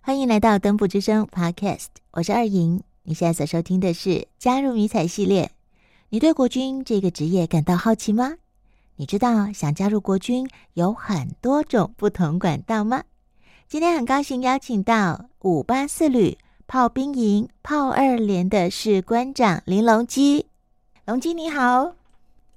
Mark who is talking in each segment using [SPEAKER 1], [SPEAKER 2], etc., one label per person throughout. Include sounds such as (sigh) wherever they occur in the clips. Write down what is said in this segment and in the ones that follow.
[SPEAKER 1] 欢迎来到登不之声 Podcast，我是二莹。你现在所收听的是加入迷彩系列。你对国军这个职业感到好奇吗？你知道想加入国军有很多种不同管道吗？今天很高兴邀请到五八四旅炮兵营炮二连的士官长林隆基。隆基你好，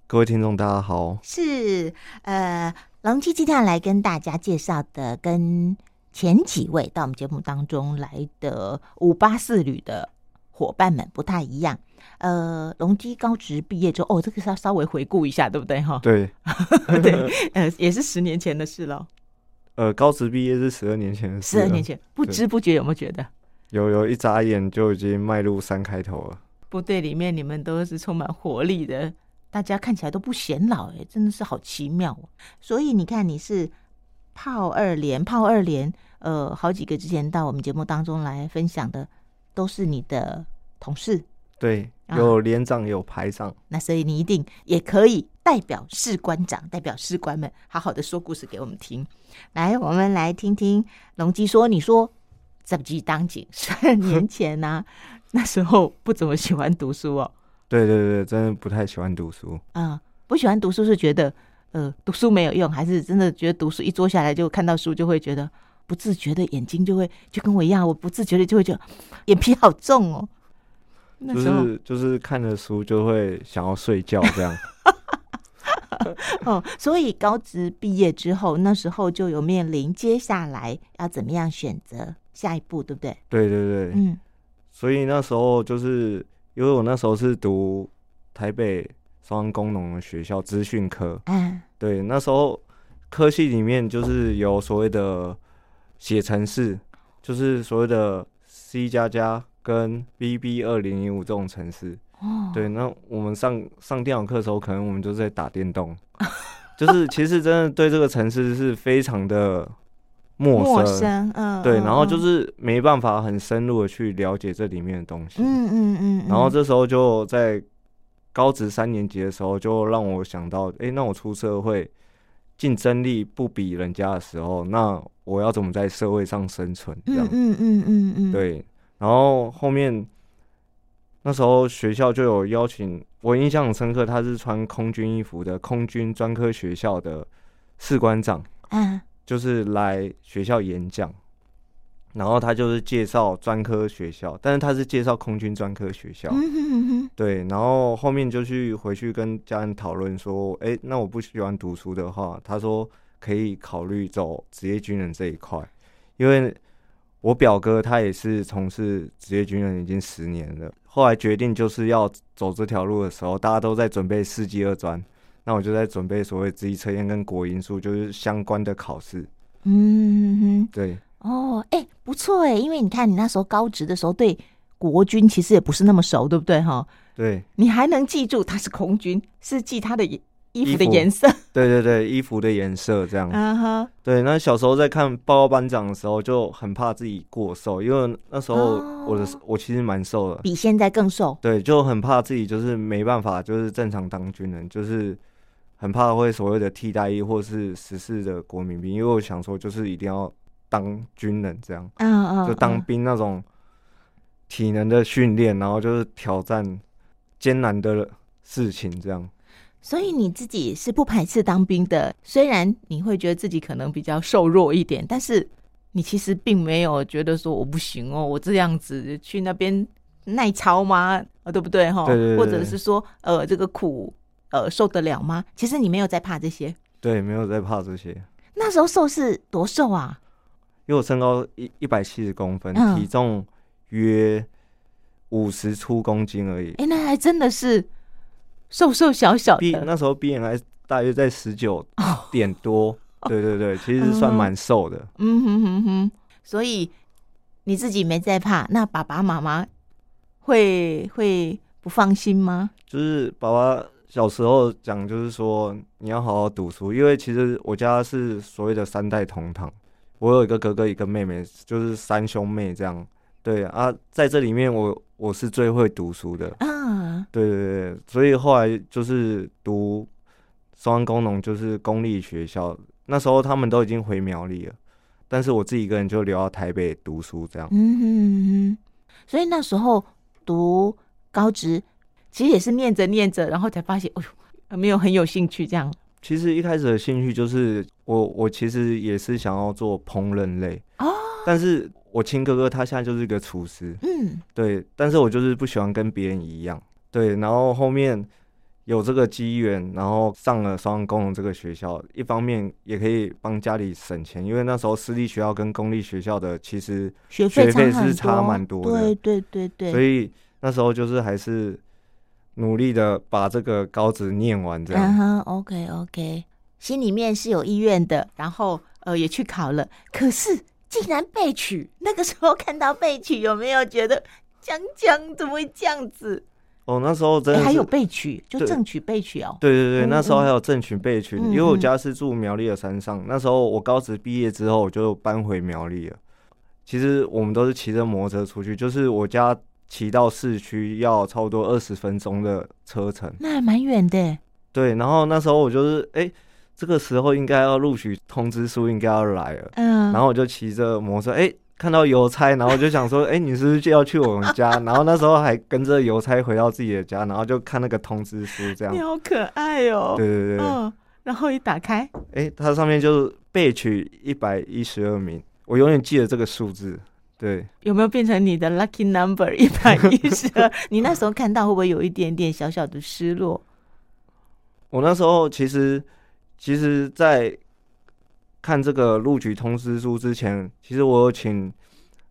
[SPEAKER 2] 各位听众，大家好。
[SPEAKER 1] 是呃，隆基今天要来跟大家介绍的，跟前几位到我们节目当中来的五八四旅的伙伴们不太一样。呃，隆基高职毕业之后，哦，这个是要稍微回顾一下，对不对？哈，
[SPEAKER 2] 对，
[SPEAKER 1] (laughs) 对，呃，也是十年前的事了，
[SPEAKER 2] 呃，高职毕业是十二年前的事
[SPEAKER 1] 十
[SPEAKER 2] 了，
[SPEAKER 1] 二年前，不知不觉有没有觉得
[SPEAKER 2] 有有一眨眼就已经迈入三开头了。
[SPEAKER 1] 部队里面你们都是充满活力的，大家看起来都不显老、哎，真的是好奇妙、哦。所以你看，你是炮二连，炮二连，呃，好几个之前到我们节目当中来分享的，都是你的同事，
[SPEAKER 2] 对，
[SPEAKER 1] 啊
[SPEAKER 2] 有连长，有排长。
[SPEAKER 1] 那所以你一定也可以代表士官长、代表士官们，好好的说故事给我们听。来，我们来听听隆基说，你说怎么去当警？ (laughs) 十二年前呢、那时候不怎么喜欢读书哦，
[SPEAKER 2] 对对对，真的不太喜欢读书。
[SPEAKER 1] 啊、不喜欢读书是觉得呃读书没有用，还是真的觉得读书一坐下来就看到书就会觉得不自觉的眼睛就会就跟我一样，我不自觉的就会觉得眼皮好重哦。那
[SPEAKER 2] 就
[SPEAKER 1] 时候、
[SPEAKER 2] 是就是看了书就会想要睡觉这样。
[SPEAKER 1] (laughs) 哦，所以高职毕业之后，那时候就有面临接下来要怎么样选择下一步，对不对？
[SPEAKER 2] 对对对，
[SPEAKER 1] 嗯，
[SPEAKER 2] 所以那时候就是因为我那时候是读台北双安工农的学校资讯科，
[SPEAKER 1] 啊，
[SPEAKER 2] 对，那时候科系里面就是有所谓的写程式，就是所谓的 C 加加跟 VB 二零零五这种程式。
[SPEAKER 1] 哦，
[SPEAKER 2] 对，那我们上上电脑课的时候，可能我们就是在打电
[SPEAKER 1] (laughs)
[SPEAKER 2] 动，就是其实真的对这个程式是非常的陌生。
[SPEAKER 1] 陌生，嗯，
[SPEAKER 2] 对，
[SPEAKER 1] 嗯
[SPEAKER 2] 然后就，是没办法很深入的去了解这里面的东西。
[SPEAKER 1] 嗯嗯嗯，嗯
[SPEAKER 2] 然后这时候就在高职三年级的时候，就让我想到，诶，那我出社会竞争力不比人家的时候，那我要怎么在社会上生存？这样、
[SPEAKER 1] 嗯嗯嗯嗯嗯，，
[SPEAKER 2] 对。然后后面那时候学校就有邀请，我印象很深刻，他是穿空军衣服的空军专科学校的士官长，
[SPEAKER 1] 啊，
[SPEAKER 2] 就是来学校演讲。然后他就是介绍专科学校，但是他是介绍空军专科学校。
[SPEAKER 1] 嗯哼哼哼，
[SPEAKER 2] 对，然后后面就去回去跟家人讨论说，哎、那我不喜欢读书的话，他说可以考虑走职业军人这一块，因为我表哥他也是从事职业军人已经十年了，后来决定就是要走这条路的时候，大家都在准备四级二专，那我就在准备所谓职业测验跟国营数，就是相关的考试。
[SPEAKER 1] 嗯哼哼。
[SPEAKER 2] 对，
[SPEAKER 1] 哦，哎、不错哎，因为你看你那时候高职的时候对国军其实也不是那么熟，对不对哈？
[SPEAKER 2] 对，
[SPEAKER 1] 你还能记住他是空军，是记他的衣衣服的
[SPEAKER 2] 衣服
[SPEAKER 1] 颜色，
[SPEAKER 2] 对对对，衣服的颜色这样。
[SPEAKER 1] 嗯哼，
[SPEAKER 2] 对，那小时候在看报告班长的时候，就很怕自己过瘦，因为那时候我的、
[SPEAKER 1] 哦
[SPEAKER 2] 我其实蛮瘦的，
[SPEAKER 1] 比现在更瘦。
[SPEAKER 2] 对，就很怕自己就是没办法，就是正常当军人，就是很怕会所谓的替代役或是十四的国民兵，因为我想说就是一定要当军人这样，
[SPEAKER 1] 嗯嗯，
[SPEAKER 2] 就当
[SPEAKER 1] 嗯
[SPEAKER 2] 兵那种体能的训练，然后就是挑战艰难的事情这样。
[SPEAKER 1] 所以你自己是不排斥当兵的，虽然你会觉得自己可能比较瘦弱一点，但是你其实并没有觉得说我不行哦，我这样子去那边耐操吗？呃，对不对哈？
[SPEAKER 2] 对对对
[SPEAKER 1] 或者是说呃这个苦呃受得了吗？其实你没有在怕这些。
[SPEAKER 2] 对，没有在怕这些，
[SPEAKER 1] 那时候瘦是多瘦啊？
[SPEAKER 2] 因为我身高一一百七十公分，
[SPEAKER 1] 嗯
[SPEAKER 2] 体重约五十出公斤而已。
[SPEAKER 1] 哎、那还真的是瘦瘦小小
[SPEAKER 2] B
[SPEAKER 1] 的。哦
[SPEAKER 2] 那时候 BMI 大约在十九点多，对对对，其实算蛮瘦的。
[SPEAKER 1] 嗯哼哼哼，所以你自己没在怕，那爸爸妈妈会会不放心吗？
[SPEAKER 2] 就是爸爸小时候讲，就是说你要好好读书，因为其实我家是所谓的三代同堂，我有一个哥哥，一个妹妹，就是三兄妹这样。对啊，在这里面我我是最会读书的，
[SPEAKER 1] 啊，
[SPEAKER 2] 对对对，所以后来就是读双安工农，就是公立学校。那时候他们都已经回苗栗了，但是我自己一个人就留到台北读书这样。
[SPEAKER 1] 嗯哼嗯哼，所以那时候读高职，其实也是念着念着，然后才发现，哎呦，没有很有兴趣这样。
[SPEAKER 2] 其实一开始的兴趣就是我，我其实也是想要做烹饪类
[SPEAKER 1] 哦，
[SPEAKER 2] 但是我亲哥哥他现在就是一个厨师，
[SPEAKER 1] 嗯，
[SPEAKER 2] 对，但是我就是不喜欢跟别人一样，对，然后后面有这个机缘，然后上了双阳工农这个学校，一方面也可以帮家里省钱，因为那时候私立学校跟公立学校的其实，
[SPEAKER 1] 学
[SPEAKER 2] 学
[SPEAKER 1] 差
[SPEAKER 2] 费
[SPEAKER 1] 很
[SPEAKER 2] 是差蛮多的
[SPEAKER 1] 对对对对，
[SPEAKER 2] 所以那时候就是还是努力的把这个高职念完这
[SPEAKER 1] 嗯
[SPEAKER 2] 样。
[SPEAKER 1] 哼，OK OK，心里面是有意愿的，然后呃也去考了，可是竟然被取。那个时候看到被取，有没有觉得讲讲怎么会这样子？
[SPEAKER 2] 哦，那时候真
[SPEAKER 1] 哎，
[SPEAKER 2] 的
[SPEAKER 1] 还
[SPEAKER 2] 是
[SPEAKER 1] 有被取，就
[SPEAKER 2] 对
[SPEAKER 1] 正取被取哦。
[SPEAKER 2] 对对对，
[SPEAKER 1] 嗯
[SPEAKER 2] 那时候
[SPEAKER 1] 嗯
[SPEAKER 2] 还有正群备群，
[SPEAKER 1] 嗯
[SPEAKER 2] 因为我
[SPEAKER 1] 嗯
[SPEAKER 2] 家是住苗栗的山上。那时候我高职毕业之后，我就搬回苗栗了。其实我们都是骑着摩托车出去，就是我家骑到市区要差不多二十分钟的车程。
[SPEAKER 1] 那还蛮远的，
[SPEAKER 2] 对，然后那时候我就是，哎、这个时候应该要录取通知书应该要来了，
[SPEAKER 1] 嗯，
[SPEAKER 2] 然后我就骑着摩托车，哎、看到邮差，然后我就想说，哎、你是不是要去我们家？然后那时候还跟着邮差回到自己的家，然后就看那个通知书，这
[SPEAKER 1] (laughs)
[SPEAKER 2] 样
[SPEAKER 1] 你。好可爱哦。
[SPEAKER 2] 对对对对，
[SPEAKER 1] 嗯，然后一打开，
[SPEAKER 2] 哎、它上面就是被取一百一十二名，我永远记得这个数字。对，
[SPEAKER 1] 有没有变成你的 lucky number 一百一十
[SPEAKER 2] (laughs)
[SPEAKER 1] 二？你那时候看到会不会有一点点小小的失落？
[SPEAKER 2] 我那时候其实，其实，在看这个录取通知书之前，其实我有请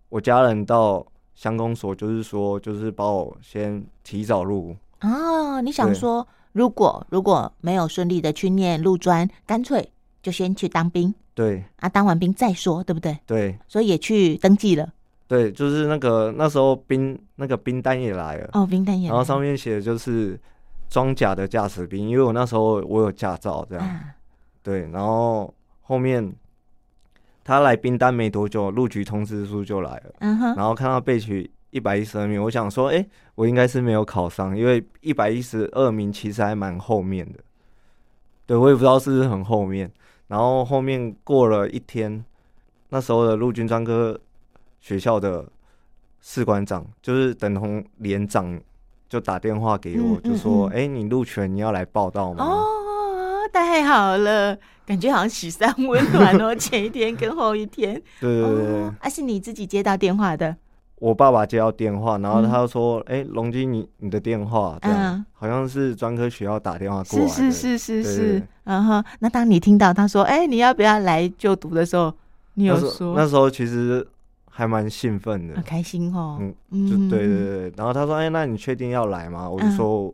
[SPEAKER 2] 我家人到乡公所，就是说，就是把我先提早入伍。
[SPEAKER 1] 哦，你想
[SPEAKER 2] 对
[SPEAKER 1] 说，如果如果没有顺利的去念陆专，干脆就先去当兵
[SPEAKER 2] 对
[SPEAKER 1] 啊，当完兵再说，对不对？
[SPEAKER 2] 对
[SPEAKER 1] 所以也去登记了。
[SPEAKER 2] 对，就是那个那时候兵那个兵单也来了， (laughs)
[SPEAKER 1] 哦，兵单也
[SPEAKER 2] 然后
[SPEAKER 1] 来
[SPEAKER 2] 上面写的就是装甲的驾驶兵，因为我那时候我有驾照这
[SPEAKER 1] 了
[SPEAKER 2] 样。
[SPEAKER 1] 啊，
[SPEAKER 2] 对，然后后面他来兵单没多久，录取通知书就来了，
[SPEAKER 1] 嗯哼，
[SPEAKER 2] 然后看到被取一百一十二名，我想说，哎、我应该是没有考上，因为一百一十二名其实还蛮后面的，对我也不知道是不是很后面。然后后面过了一天，那时候的陆军专科学校的士官长，就是等同连长，就打电话给我，
[SPEAKER 1] 嗯
[SPEAKER 2] 就
[SPEAKER 1] 嗯
[SPEAKER 2] 说，
[SPEAKER 1] 嗯
[SPEAKER 2] 哎、你录取了，你要来报道吗？
[SPEAKER 1] 哦，太好了，感觉好像喜三温暖
[SPEAKER 2] (laughs)
[SPEAKER 1] 哦，前一天跟后一天。
[SPEAKER 2] 对对对对。
[SPEAKER 1] 哦，啊，是你自己接到电话的，
[SPEAKER 2] 我爸爸接到电话，然后
[SPEAKER 1] 嗯
[SPEAKER 2] 他就说：“哎、龙基你你的电话，这样、
[SPEAKER 1] 嗯
[SPEAKER 2] 好像是专科学校打电话过来
[SPEAKER 1] 是
[SPEAKER 2] 的。”
[SPEAKER 1] 是是是
[SPEAKER 2] 对
[SPEAKER 1] 是，嗯哼。那当你听到他说，哎，你要不要来就读的时候，你有
[SPEAKER 2] 那时候那
[SPEAKER 1] 说
[SPEAKER 2] 时候其实还蛮兴奋的
[SPEAKER 1] 很，开心哦，
[SPEAKER 2] 嗯
[SPEAKER 1] 嗯
[SPEAKER 2] 就对对
[SPEAKER 1] 嗯
[SPEAKER 2] 对。然后他说：“哎、那你确定要来吗？”我就说：“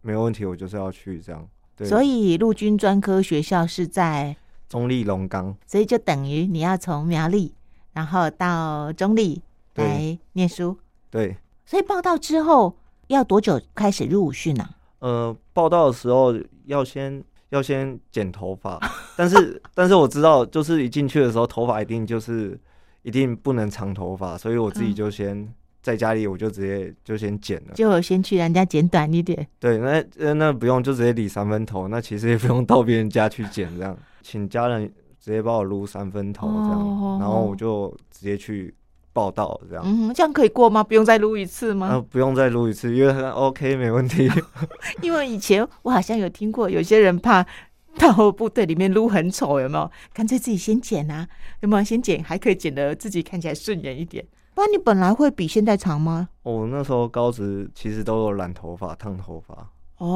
[SPEAKER 2] 没问题，我就是要去这样。”对，
[SPEAKER 1] 所以陆军专科学校是在，
[SPEAKER 2] 中立龙岗，
[SPEAKER 1] 所以就等于你要从苗栗，然后到中立
[SPEAKER 2] 对
[SPEAKER 1] 来念书。
[SPEAKER 2] 对，
[SPEAKER 1] 所以报到之后要多久开始入伍训啊呢、
[SPEAKER 2] 呃，报道的时候要先要先剪头发，但
[SPEAKER 1] (laughs)
[SPEAKER 2] 是但是我知道，就是一进去的时候，头发一定就是一定不能长头发，所以我自己
[SPEAKER 1] 嗯
[SPEAKER 2] 就先在家里，我就直接就先剪了。
[SPEAKER 1] 就先去人家剪短一点。
[SPEAKER 2] 对，那呃那不用，就直接理三分头，那其实也不用到别人家去剪，这样请家人直接帮我撸三分头这样，
[SPEAKER 1] 哦
[SPEAKER 2] 然后我就直接去报道这样。
[SPEAKER 1] 嗯，这样可以过吗？不用再撸一次吗？
[SPEAKER 2] 然后不用再撸一次，因为他 OK 没问题。 (laughs)
[SPEAKER 1] 因为以前我好像有听过，有些人怕到部队里面撸很丑，有没有？干脆自己先剪啊，有没有？先剪还可以剪得自己看起来顺眼一点。不然你本来会比现在长吗？
[SPEAKER 2] 我那时候高职其实都有染头发、烫头发，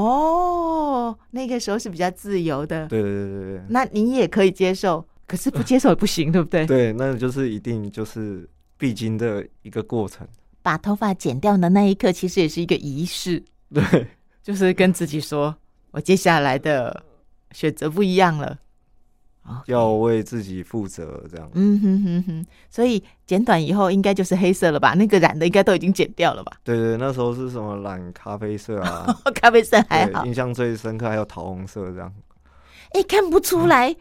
[SPEAKER 1] 哦，那个时候是比较自由的，
[SPEAKER 2] (laughs) 对对对对对。
[SPEAKER 1] 那你也可以接受，可是不接受也不行，对不对？
[SPEAKER 2] 对，那就是一定就是必经的一个
[SPEAKER 1] (laughs)
[SPEAKER 2] 过程。
[SPEAKER 1] 把头发剪掉的那一刻，其实也是一个仪式，
[SPEAKER 2] 对
[SPEAKER 1] 就是跟自己说，我接下来的选择不一样了。啊，
[SPEAKER 2] 要为自己负责，这样。
[SPEAKER 1] 嗯哼哼哼，所以剪短以后应该就是黑色了吧？那个染的应该都已经剪掉了吧？？
[SPEAKER 2] 对对，那时候是什么染咖啡色啊
[SPEAKER 1] 咖啡色 (laughs) 还好
[SPEAKER 2] 对，，印象最深刻还有桃红色这样。
[SPEAKER 1] 哎、看不出来，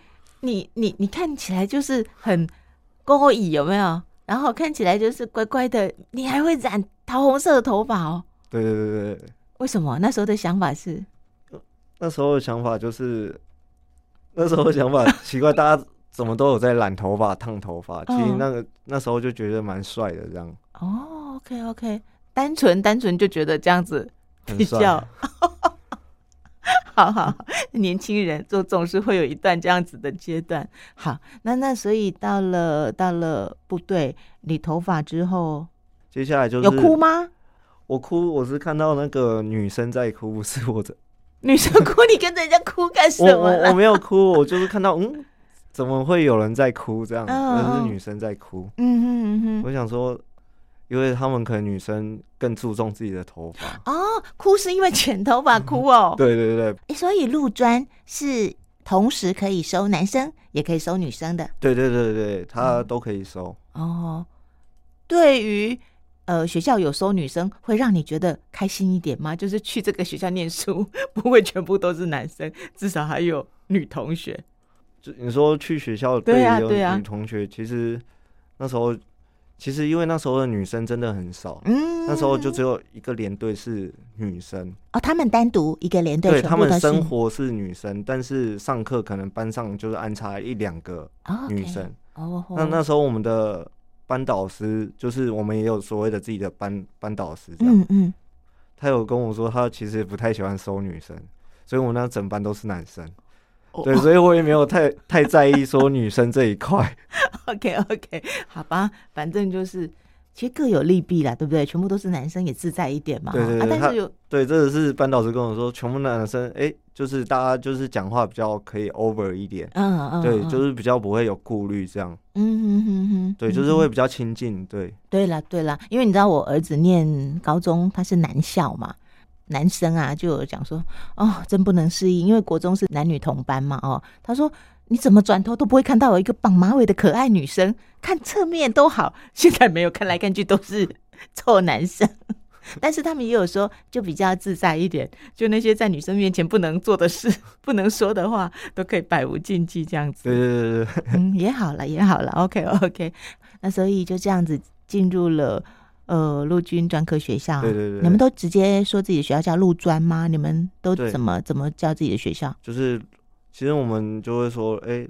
[SPEAKER 1] 你你你看起来就是很勾引，有没有？然后看起来就是乖乖的，你还会染桃红色的头发哦？
[SPEAKER 2] 对对对对对，
[SPEAKER 1] 为什么？那时候的想法是，
[SPEAKER 2] 那时候的想法就是，那时候的想法奇怪，大家。什么都有在染头发、烫头发，其实
[SPEAKER 1] 嗯
[SPEAKER 2] 那个、那时候就觉得蛮帅的，这样
[SPEAKER 1] 哦，OK OK，单纯单纯就觉得这样子 (laughs)
[SPEAKER 2] 很
[SPEAKER 1] 比
[SPEAKER 2] 帅。
[SPEAKER 1] 较。好好，好年轻人就总是会有一段这样子的阶段。好，那那所以到了到了部队理头发之后，
[SPEAKER 2] 接下来就是
[SPEAKER 1] 有哭？吗？
[SPEAKER 2] 我哭，我是看到那个女生在哭，不是我在，
[SPEAKER 1] 女生哭，你跟人家哭干什 (laughs)
[SPEAKER 2] 我
[SPEAKER 1] 么
[SPEAKER 2] 我我
[SPEAKER 1] 啦？
[SPEAKER 2] 没有哭，我就是看到嗯，怎么会有人在哭这样？
[SPEAKER 1] 嗯
[SPEAKER 2] 那
[SPEAKER 1] 嗯
[SPEAKER 2] 是女生在哭，
[SPEAKER 1] 嗯哼嗯哼，
[SPEAKER 2] 我想说，因为他们可能女生更注重自己的头发。
[SPEAKER 1] 哦，哭是因为剪头发哭哦。
[SPEAKER 2] (laughs) 对对对
[SPEAKER 1] 诶所以陆专是同时可以收男生，也可以收女生的
[SPEAKER 2] 对对对对，
[SPEAKER 1] 嗯
[SPEAKER 2] 他都可以收。
[SPEAKER 1] 哦。对于呃学校有收女生，会让你觉得开心一点吗？就是去这个学校念书，不会全部都是男生，至少还有女同学。
[SPEAKER 2] 就你说去学校
[SPEAKER 1] 对啊
[SPEAKER 2] 有
[SPEAKER 1] 对啊
[SPEAKER 2] 女同学，其实那时候其实因为那时候的女生真的很少，
[SPEAKER 1] 嗯
[SPEAKER 2] 那时候就只有一个连队是女生，
[SPEAKER 1] 哦，他们单独一个连队，全
[SPEAKER 2] 他
[SPEAKER 1] 部
[SPEAKER 2] 们
[SPEAKER 1] 都是
[SPEAKER 2] 生活是女生，但是上课可能班上就是安插一两个
[SPEAKER 1] 哦，OK
[SPEAKER 2] 女生。
[SPEAKER 1] 哦，
[SPEAKER 2] 那那时候我们的班导师就是我们也有所谓的自己的班班导师这样，
[SPEAKER 1] 嗯 (laughs) 嗯，
[SPEAKER 2] 他有跟我说他其实不太喜欢收女生，所以我们那整班都是男生。
[SPEAKER 1] 哦
[SPEAKER 2] 对，所以我也没有太太在意说女生这一块。 (laughs)
[SPEAKER 1] OK OK，好 (laughs) 吧，反正就是其实各有利弊啦，对不对？全部都是男生也自在一点嘛。
[SPEAKER 2] 对对
[SPEAKER 1] 啊
[SPEAKER 2] 对，
[SPEAKER 1] 但
[SPEAKER 2] 他
[SPEAKER 1] 是有
[SPEAKER 2] 对，这个是班导师跟我说，全部男生，哎、就是大家就是讲话比较可以 over 一点，
[SPEAKER 1] 嗯嗯，
[SPEAKER 2] 对，
[SPEAKER 1] 嗯
[SPEAKER 2] 就是比较不会有顾虑这样，
[SPEAKER 1] 嗯哼哼哼，
[SPEAKER 2] 对，就是
[SPEAKER 1] 嗯哼
[SPEAKER 2] 会比较亲近，对，
[SPEAKER 1] 对啦，对啦，因为你知道我儿子念高中，他是男校嘛，男生啊就有讲说，哦，真不能适应，因为国中是男女同班嘛，哦，他说你怎么转头都不会看到有一个绑马尾的可爱女生，看侧面都好，现在没有，看来看去都是臭男生。 (laughs) 但是他们也有说，就比较自在一点，就那些在女生面前不能做的事、 (laughs) 不能说的话，都可以百无禁忌这样子。
[SPEAKER 2] 对对对对对，
[SPEAKER 1] (laughs) 嗯，也好了，也好了，OK (laughs) OK。那所以就这样子进入了呃陆军专科学校。
[SPEAKER 2] 对对对对
[SPEAKER 1] 你们都直接说自己的学校叫陆专吗？你们都
[SPEAKER 2] 对
[SPEAKER 1] 怎么怎么叫自己的学校？
[SPEAKER 2] 就是其实我们就会说，哎、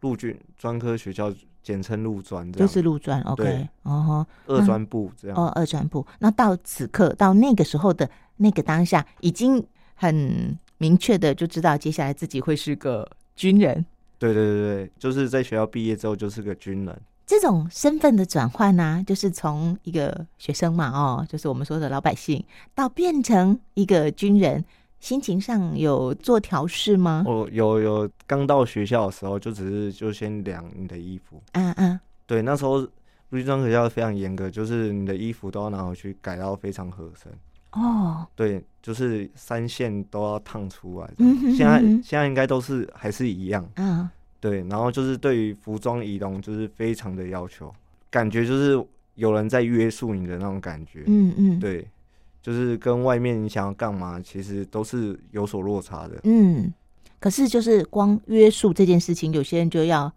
[SPEAKER 2] 陆军专科学校简称陆专这
[SPEAKER 1] 就
[SPEAKER 2] 样，
[SPEAKER 1] 是陆专，OK
[SPEAKER 2] 对。
[SPEAKER 1] 哦
[SPEAKER 2] 二专部这
[SPEAKER 1] 吼
[SPEAKER 2] 样，
[SPEAKER 1] 哦，二专部。那到此刻，到那个时候的那个当下，已经很明确的就知道接下来自己会是个军人。
[SPEAKER 2] 对对对对，就是在学校毕业之后就是个军人，
[SPEAKER 1] 这种身份的转换呢、就是从一个学生嘛，哦，就是我们说的老百姓，到变成一个军人，心情上有做调试吗？
[SPEAKER 2] 我有有刚到学校的时候就只是就先量你的衣服。
[SPEAKER 1] 啊啊，
[SPEAKER 2] 对，那时候陆军专科学校非常严格，就是你的衣服都要拿回去改到非常合身。
[SPEAKER 1] 哦，
[SPEAKER 2] 对，就是三线都要烫出来这样。
[SPEAKER 1] 嗯哼
[SPEAKER 2] 现在
[SPEAKER 1] 嗯哼
[SPEAKER 2] 现在应该都是还是一样。
[SPEAKER 1] 啊，
[SPEAKER 2] 对，然后就是对于服装仪容就是非常的要求，感觉就是有人在约束你的那种感觉。
[SPEAKER 1] 嗯嗯，，
[SPEAKER 2] 对，就是跟外面你想要干嘛，其实都是有所落差的。
[SPEAKER 1] 嗯。可是就是光约束这件事情，有些人就要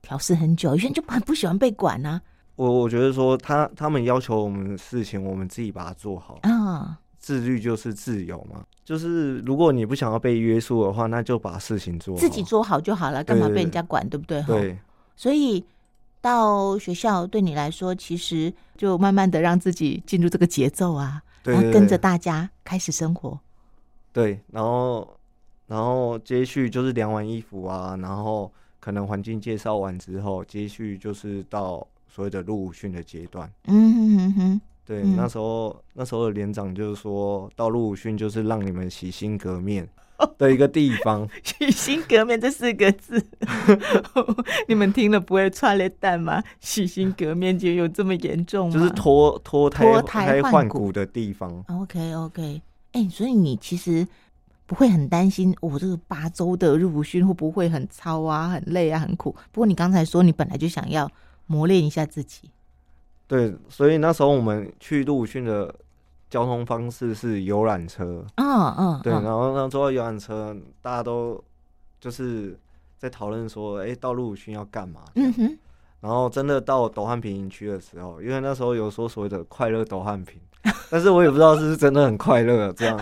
[SPEAKER 1] 调试很久，有些人就很不喜欢被管啊
[SPEAKER 2] 我我觉得说他他们要求我们的事情，我们自己把它做好。
[SPEAKER 1] 啊，
[SPEAKER 2] 自律就是自由嘛，就是如果你不想要被约束的话，那就把事情做好
[SPEAKER 1] 自己。做好就好了，干嘛被人家管，对不对？哈
[SPEAKER 2] 对
[SPEAKER 1] 所以到学校对你来说，其实就慢慢的让自己进入这个节奏啊，
[SPEAKER 2] 对
[SPEAKER 1] 然
[SPEAKER 2] 对
[SPEAKER 1] 后
[SPEAKER 2] 对，
[SPEAKER 1] 跟着大家开始生活。
[SPEAKER 2] 对，然后然后接续就是量完衣服啊，然后可能环境介绍完之后，接续就是到所谓的入伍训的阶段。
[SPEAKER 1] 嗯哼哼 (laughs) 哼，
[SPEAKER 2] 对，
[SPEAKER 1] 嗯
[SPEAKER 2] 那时候那时候的连长就是说到入伍训就是让你们洗心
[SPEAKER 1] (laughs)
[SPEAKER 2] 革面的一个地方。
[SPEAKER 1] 洗心革面这四个字， (laughs) 你们听了不会串裂蛋吗？洗心革面就有这么严重吗？
[SPEAKER 2] 就是脱脱胎
[SPEAKER 1] 脱胎换
[SPEAKER 2] 换
[SPEAKER 1] 骨
[SPEAKER 2] 骨的地方，
[SPEAKER 1] OK OK，哎、所以你其实不会很担心，我、这个八周的入伍训会不会很操啊、很累啊、很苦？不过你刚才说你本来就想要磨练一下自己，
[SPEAKER 2] 对，所以那时候我们去陆训的交通方式是游览车，
[SPEAKER 1] 嗯嗯，
[SPEAKER 2] 对，
[SPEAKER 1] 嗯
[SPEAKER 2] 然后那时候游览车大家都就是在讨论说，哎、到陆训要干嘛？
[SPEAKER 1] 嗯哼，
[SPEAKER 2] 然后真的到斗汉平营区的时候，因为那时候有说所谓的快乐斗汉
[SPEAKER 1] (laughs)
[SPEAKER 2] 平，但是我也不知道是不是真的很快乐这样。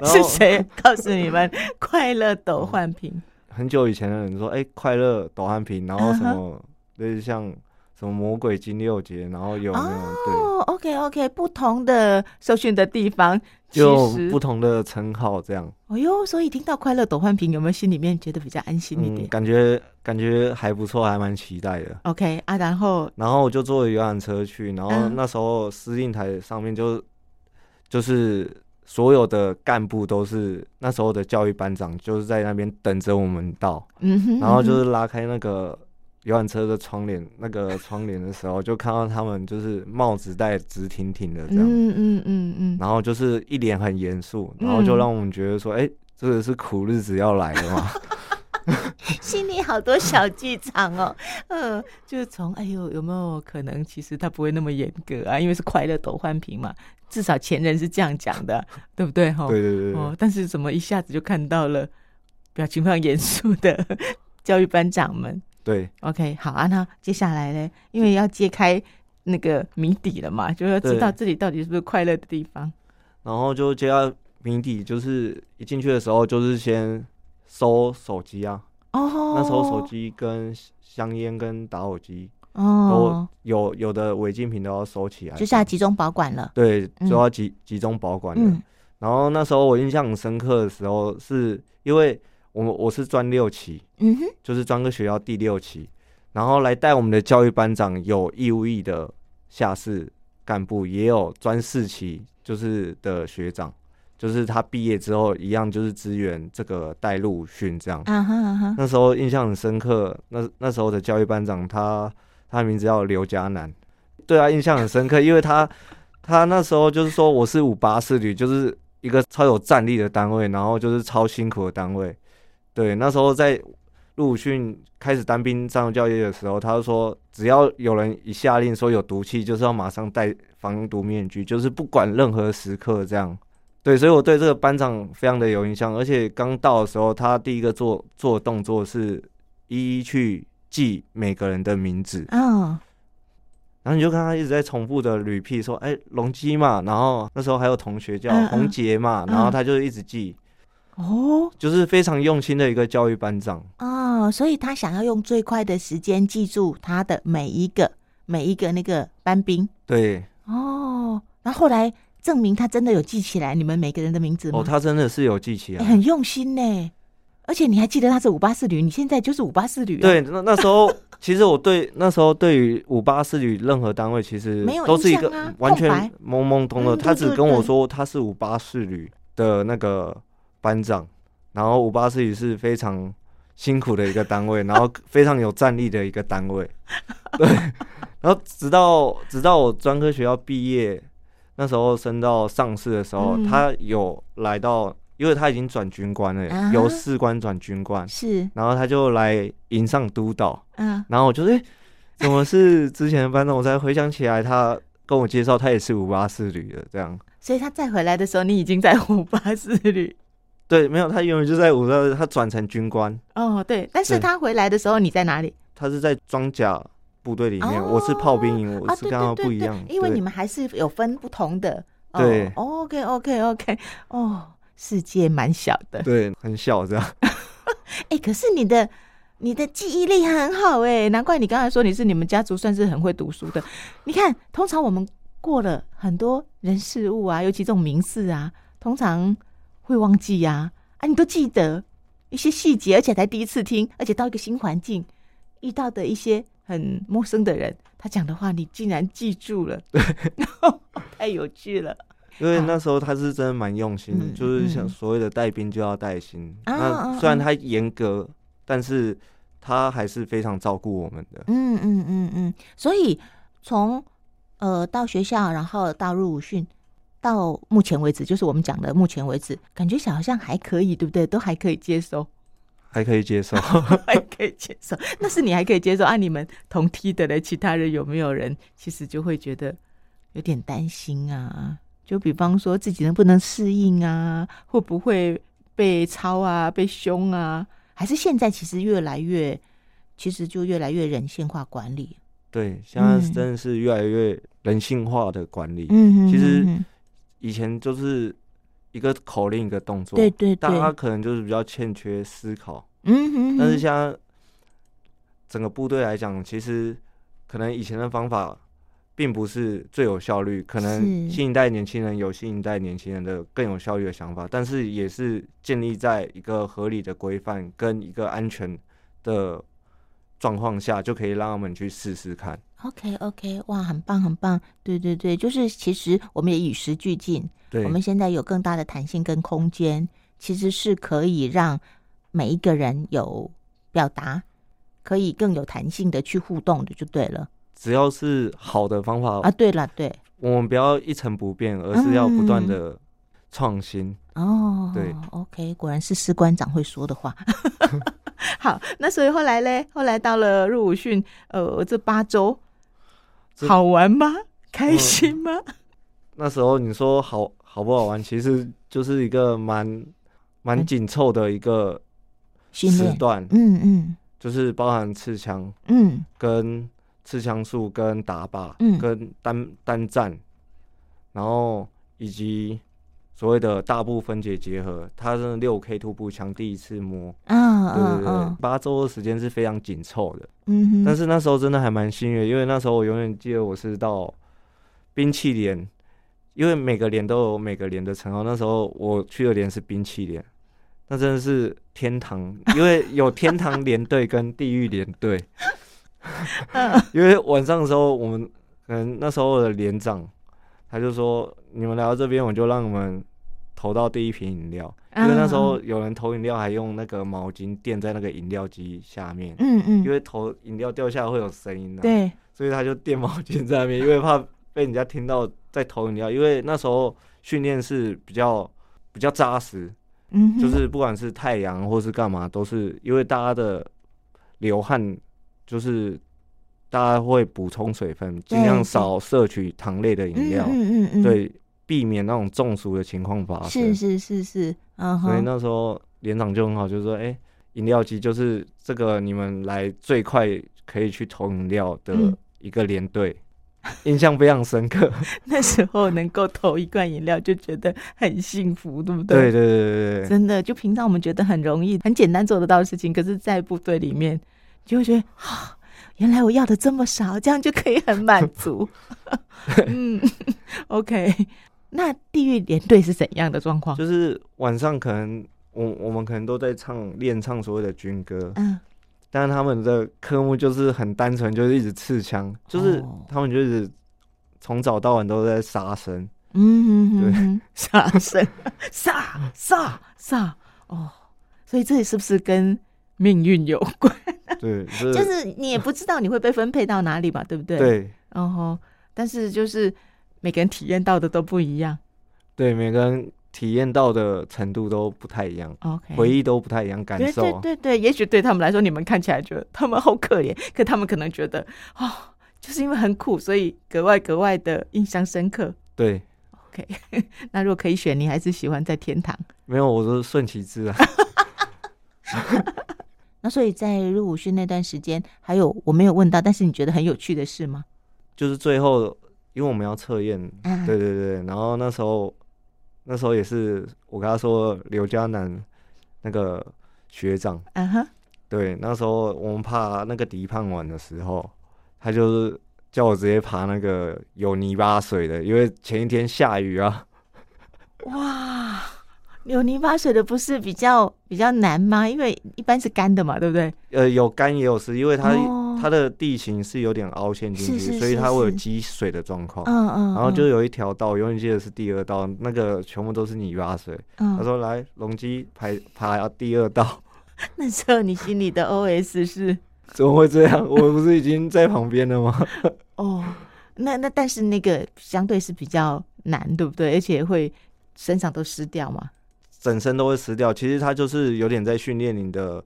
[SPEAKER 2] 然后
[SPEAKER 1] 是谁告诉你们快乐斗焕平？
[SPEAKER 2] 很久以前的人说，哎、快乐斗汉平，然后什
[SPEAKER 1] 嗯哼
[SPEAKER 2] 么类似像什么魔鬼金六节，然后有那种、
[SPEAKER 1] 哦，OK OK，不同的受训的地方，其
[SPEAKER 2] 对，就
[SPEAKER 1] 实
[SPEAKER 2] 不，同的称号这样，
[SPEAKER 1] 哦哟，所以听到快乐斗焕平，有没有心里面觉得比较安心一
[SPEAKER 2] 嗯，
[SPEAKER 1] 点、
[SPEAKER 2] 感觉感觉还不错，还蛮期待的。
[SPEAKER 1] o k 啊，然后
[SPEAKER 2] 然后我就坐游览车去，然后
[SPEAKER 1] 嗯
[SPEAKER 2] 那时候司令台上面就就是所有的干部都是那时候的教育班长，就是在那边等着我们到，
[SPEAKER 1] 嗯哼，
[SPEAKER 2] 然后
[SPEAKER 1] 嗯
[SPEAKER 2] 就是拉开那个游览车的窗帘，那个窗帘的时候，就看到他们就是帽子戴直挺挺的
[SPEAKER 1] 哼
[SPEAKER 2] 这样，
[SPEAKER 1] 嗯嗯嗯嗯，
[SPEAKER 2] 然后就是一脸很严肃，然后就
[SPEAKER 1] 嗯
[SPEAKER 2] 让我们觉得说，哎、这个是苦日子要来了嘛，
[SPEAKER 1] 嗯
[SPEAKER 2] (laughs)
[SPEAKER 1] 心里好多小剧场哦， (laughs) 嗯，就是从哎呦，有没有可能其实他不会那么严格啊？因为是快乐斗焕平嘛，至少前人是这样讲
[SPEAKER 2] (laughs)
[SPEAKER 1] 的，对不对哈？
[SPEAKER 2] 对对对对
[SPEAKER 1] 哦，但是怎么一下子就看到了表情非常严肃的 (laughs) 教育班长们
[SPEAKER 2] 对，
[SPEAKER 1] ？OK，好啊，那接下来呢？因为要揭开那个谜底了嘛，就要知道
[SPEAKER 2] 对
[SPEAKER 1] 这里到底是不是快乐的地方。
[SPEAKER 2] 然后就接到谜底，就是一进去的时候就是先收手机啊，
[SPEAKER 1] 哦，
[SPEAKER 2] 那时候手机跟香烟跟打火机都
[SPEAKER 1] 哦，
[SPEAKER 2] 有有的违禁品都要收起来，
[SPEAKER 1] 就是要集中保管了。
[SPEAKER 2] 对，
[SPEAKER 1] 嗯
[SPEAKER 2] 就要集集中保管的。
[SPEAKER 1] 嗯
[SPEAKER 2] 然后那时候我印象很深刻的时候，是因为我们我是专六期，
[SPEAKER 1] 嗯哼，
[SPEAKER 2] 就是专科学校第六期，然后来带我们的教育班长有义务役的下士干部，也有专四期就是的学长，就是他毕业之后一样就是支援这个带陆训这样。
[SPEAKER 1] 啊哈啊哈，
[SPEAKER 2] 那时候印象很深刻，那那时候的教育班长他他的名字叫刘家南，对他印象很深刻，因为他他那时候就是说我是五八四旅，就是一个超有战力的单位，然后就是超辛苦的单位。对，那时候在陆训开始当兵战斗教育的时候，他就说只要有人一下令说有毒气，就是要马上戴防毒面具，就是不管任何时刻这样。对，所以我对这个班长非常的有印象，而且刚到的时候，他第一个做做的动作是一一去记每个人的名字，
[SPEAKER 1] 哦，
[SPEAKER 2] 嗯然后你就看他一直在重复的 repeat 说，哎、龙基嘛，然后那时候还有同学叫
[SPEAKER 1] 嗯嗯
[SPEAKER 2] 红杰嘛，然后他就一直记，
[SPEAKER 1] 哦
[SPEAKER 2] 就是非常用心的一个教育班长。
[SPEAKER 1] 哦，所以他想要用最快的时间记住他的每一个每一个那个班兵
[SPEAKER 2] 对，
[SPEAKER 1] 哦。然后后来证明他真的有记起来你们每个人的名字吗？
[SPEAKER 2] 哦，他真的是有记起
[SPEAKER 1] 欸
[SPEAKER 2] 来。
[SPEAKER 1] 很用心呢。而且你还记得他是五八四旅，你现在就是五八四旅、啊，，
[SPEAKER 2] 对，那那时候其实我对那时候对于五八四旅任何单位其实
[SPEAKER 1] 没有
[SPEAKER 2] 都是一
[SPEAKER 1] 印象
[SPEAKER 2] 个
[SPEAKER 1] 啊
[SPEAKER 2] 嗯完全
[SPEAKER 1] 空白
[SPEAKER 2] 懵懵懂懂，
[SPEAKER 1] 嗯
[SPEAKER 2] 他
[SPEAKER 1] 对
[SPEAKER 2] 只
[SPEAKER 1] 对
[SPEAKER 2] 跟我
[SPEAKER 1] 对
[SPEAKER 2] 说他是五八四旅的那个班长，然后五八四旅是非常辛苦的一个单位，然后非常有战力的一个单位，对，然后直到直到我专科学校毕业。那时候升到上士的时候，
[SPEAKER 1] 嗯
[SPEAKER 2] 他有来到，因为他已经转军官了，
[SPEAKER 1] 啊哈
[SPEAKER 2] 由士官转军官，
[SPEAKER 1] 是，
[SPEAKER 2] 然后他就来迎上督导，
[SPEAKER 1] 嗯、
[SPEAKER 2] 然后我就哎、诶怎么是之前的班长？我才回想起来，他跟我介绍他也是五八四旅的，这样
[SPEAKER 1] 所以他再回来的时候，你已经在五八四旅。
[SPEAKER 2] 对，没有他原本就在五八，他转成军官，
[SPEAKER 1] (laughs) 哦，对，但是
[SPEAKER 2] 对
[SPEAKER 1] 他回来的时候你在哪里？
[SPEAKER 2] 他是在装甲部队里面，
[SPEAKER 1] 哦
[SPEAKER 2] 我是炮兵营，我
[SPEAKER 1] 啊，
[SPEAKER 2] 是
[SPEAKER 1] 对
[SPEAKER 2] 跟他
[SPEAKER 1] 对
[SPEAKER 2] 不
[SPEAKER 1] 对
[SPEAKER 2] 一样
[SPEAKER 1] 对，，因为
[SPEAKER 2] 对
[SPEAKER 1] 你们还是有分不同的。哦、
[SPEAKER 2] 对
[SPEAKER 1] ，OK OK OK，哦，世界蛮小的。 (laughs)
[SPEAKER 2] 对很小这样，
[SPEAKER 1] 哎、可是你的你的记忆力很好哎、难怪你刚才说你是你们家族算是很会读书的。你看，通常我们过了很多人事物啊，尤其这种名事啊，通常会忘记呀、啊，你都记得一些细节，而且才第一次听，而且到一个新环境遇到的一些很陌生的人，他讲的话你竟然记住了， (laughs) 哦太有趣了。
[SPEAKER 2] 因为那时候他是真的蛮用心的，
[SPEAKER 1] 哦嗯
[SPEAKER 2] 就是
[SPEAKER 1] 嗯
[SPEAKER 2] 像所谓的带兵就要带心，
[SPEAKER 1] 啊啊
[SPEAKER 2] 那虽然
[SPEAKER 1] 啊
[SPEAKER 2] 他严格，但是他还是非常照顾我们的。
[SPEAKER 1] 嗯嗯嗯嗯，所以从呃到学校，然后到入伍训，到目前为止，就是我们讲的目前为止，感觉小好像还可以，对不对？都还可以接受， (laughs)
[SPEAKER 2] 还可以接受，
[SPEAKER 1] 还可以接受。那是你还可以接受啊？你们同梯的嘞，其他人有没有人其实就会觉得有点担心啊？就比方说自己能不能适应啊，会不会被抄啊、被凶啊？还是现在其实越来越，其实就越来越人性化管理。
[SPEAKER 2] 对，现在
[SPEAKER 1] 嗯
[SPEAKER 2] 真的是越来越人性化的管理。
[SPEAKER 1] 嗯，
[SPEAKER 2] 其实
[SPEAKER 1] 嗯嗯嗯
[SPEAKER 2] 以前就是一个口令一个动作，
[SPEAKER 1] 对对
[SPEAKER 2] 大家
[SPEAKER 1] 对，
[SPEAKER 2] 可能就是比较欠缺思考，
[SPEAKER 1] 嗯哼哼
[SPEAKER 2] 但是现在整个部队来讲，其实可能以前的方法并不是最有效率，可能
[SPEAKER 1] 是
[SPEAKER 2] 新一代年轻人有新一代年轻人的更有效率的想法，但是也是建立在一个合理的规范跟一个安全的状况下，就可以让他们去试试看。
[SPEAKER 1] OK OK，哇，很棒很棒，对对对，就是其实我们也与时俱进，
[SPEAKER 2] 对
[SPEAKER 1] 我，们现在有更大的弹性跟空间，其实是可以让每一个人有表达，可以更有弹性的去互动的，就对了
[SPEAKER 2] 只要是好的方法，
[SPEAKER 1] 啊。对了，对
[SPEAKER 2] 我们不要一成不变，而是要不
[SPEAKER 1] 嗯
[SPEAKER 2] 断的创新。
[SPEAKER 1] 哦，
[SPEAKER 2] 对
[SPEAKER 1] ，OK，果然是士官长会说的话。 (laughs) 好，那所以后来嘞，后来到了入伍训，呃，这八周
[SPEAKER 2] 这嗯
[SPEAKER 1] 好玩吗？开心吗？
[SPEAKER 2] 那时候你说好好不好玩，其实就是一个蛮蛮紧凑的一个
[SPEAKER 1] 训
[SPEAKER 2] 时
[SPEAKER 1] 练，
[SPEAKER 2] 段，
[SPEAKER 1] 嗯嗯
[SPEAKER 2] 就是包含刺枪
[SPEAKER 1] 嗯，
[SPEAKER 2] 跟刺枪术跟打靶，
[SPEAKER 1] 嗯
[SPEAKER 2] 跟单单战，然后以及所谓的大部分解结合，它是六 K 突步枪第一次摸，
[SPEAKER 1] 啊
[SPEAKER 2] 对
[SPEAKER 1] 啊
[SPEAKER 2] 对对
[SPEAKER 1] 啊，，
[SPEAKER 2] 八周的时间是非常紧凑的，
[SPEAKER 1] 嗯哼，
[SPEAKER 2] 但是那时候真的还蛮幸运，因为那时候我永远记得我是到兵器连，因为每个连都有每个连的称号。那时候我去的连是兵器连，那真的是天堂，因为有天堂连队跟地狱连队。
[SPEAKER 1] 嗯
[SPEAKER 2] 因为晚上的时候，我们可能那时候的连长他就说：“你们来到这边，我就让你们投到第一瓶饮料。”
[SPEAKER 1] 啊
[SPEAKER 2] 因为那时候有人投饮料还用那个毛巾垫在那个饮料机下面。
[SPEAKER 1] 嗯嗯，
[SPEAKER 2] 因为头饮料掉下来会有声音啊的、，
[SPEAKER 1] 对，
[SPEAKER 2] 所以他就垫毛巾在那边，因为怕被人家听到在投饮料。因为那时候训练是比较比较扎实，
[SPEAKER 1] 嗯哼，
[SPEAKER 2] 就是不管是太阳或是干嘛，都是因为大家的流汗，就是大家会补充水分，尽量少摄取糖类的饮料，
[SPEAKER 1] 嗯嗯嗯，嗯，
[SPEAKER 2] 对，避免那种中暑的情况发生。
[SPEAKER 1] 是是是是，嗯
[SPEAKER 2] 所以
[SPEAKER 1] 哼，
[SPEAKER 2] 那时候连长就很好，就说：“哎、饮料机就是这个你们来最快可以去投饮料的
[SPEAKER 1] 嗯
[SPEAKER 2] 一个连队。印象非常深
[SPEAKER 1] (laughs)
[SPEAKER 2] 刻。
[SPEAKER 1] (laughs) 那时候能够投一罐饮料就觉得很幸福，对不对？
[SPEAKER 2] 对对对对对，
[SPEAKER 1] 真的，就平常我们觉得很容易、很简单做得到的事情，可是，在部队里面就会觉得啊、原来我要的这么少，这样就可以很满
[SPEAKER 2] (laughs)
[SPEAKER 1] 足。嗯，OK。那地狱连队是怎样的状况？
[SPEAKER 2] 就是晚上可能我我们可能都在唱练唱所谓的军歌，
[SPEAKER 1] 嗯，
[SPEAKER 2] 但是他们的科目就是很单纯，就是一直刺枪，就是
[SPEAKER 1] 哦
[SPEAKER 2] 他们就是从早到晚都在杀生。
[SPEAKER 1] 嗯
[SPEAKER 2] 对 (laughs)
[SPEAKER 1] 哼哼哼，杀生，杀杀杀哦，所以这里是不是跟命运有关？
[SPEAKER 2] 对，
[SPEAKER 1] (laughs)
[SPEAKER 2] 就
[SPEAKER 1] 就是是你也不知道你会被分配到哪里嘛，对不对？。
[SPEAKER 2] 对
[SPEAKER 1] 哦吼，但是就是每个人体验到的都不一样。
[SPEAKER 2] 对，每个人体验到的程度都不太一样。
[SPEAKER 1] OK。
[SPEAKER 2] 回忆都不太一样，感
[SPEAKER 1] 对
[SPEAKER 2] 受
[SPEAKER 1] 对对对，也许对他们来说，你们看起来觉得他们好可怜，可他们可能觉得哦，就是因为很苦，所以格外格外的印象深刻。
[SPEAKER 2] 对，
[SPEAKER 1] OK，那如果可以选，你还是喜欢在天堂。
[SPEAKER 2] 没有，我是顺其自然。 (laughs)
[SPEAKER 1] 那所以在入伍训那段时间，还有我没有问到，但是你觉得很有趣的事吗？
[SPEAKER 2] 就是最后，因为我们要测验，
[SPEAKER 1] 啊，
[SPEAKER 2] 对对对，然后那时候，那时候也是我跟他说刘家南那个学长，
[SPEAKER 1] 啊哈，
[SPEAKER 2] 对，那时候我们爬那个迪胖碗的时候，他就是叫我直接爬那个有泥巴水的，因为前一天下雨啊，
[SPEAKER 1] 哇，有泥巴水的不是比较比较难吗？因为一般是干的嘛，对不对？
[SPEAKER 2] 呃，有干也有湿，因为它、
[SPEAKER 1] 哦
[SPEAKER 2] 它的地形是有点凹陷进去，
[SPEAKER 1] 是是
[SPEAKER 2] 所以
[SPEAKER 1] 是
[SPEAKER 2] 它会有
[SPEAKER 1] 是
[SPEAKER 2] 积水的状况。
[SPEAKER 1] 嗯嗯，
[SPEAKER 2] 然后就有一条道，永远记得是第二道，那个全部都是泥巴水。他
[SPEAKER 1] 他，
[SPEAKER 2] 说：“来，龙基排爬第二道， (laughs)
[SPEAKER 1] 嗯 (laughs) 那时候你心里的 OS 是
[SPEAKER 2] 怎么会这样？我不是已经在旁边了吗 (laughs)
[SPEAKER 1] 哦，那那但是那个相对是比较难，对不对？而且会身上都湿掉嘛。？”
[SPEAKER 2] 整身都会湿掉。其实他就是有点在训练你的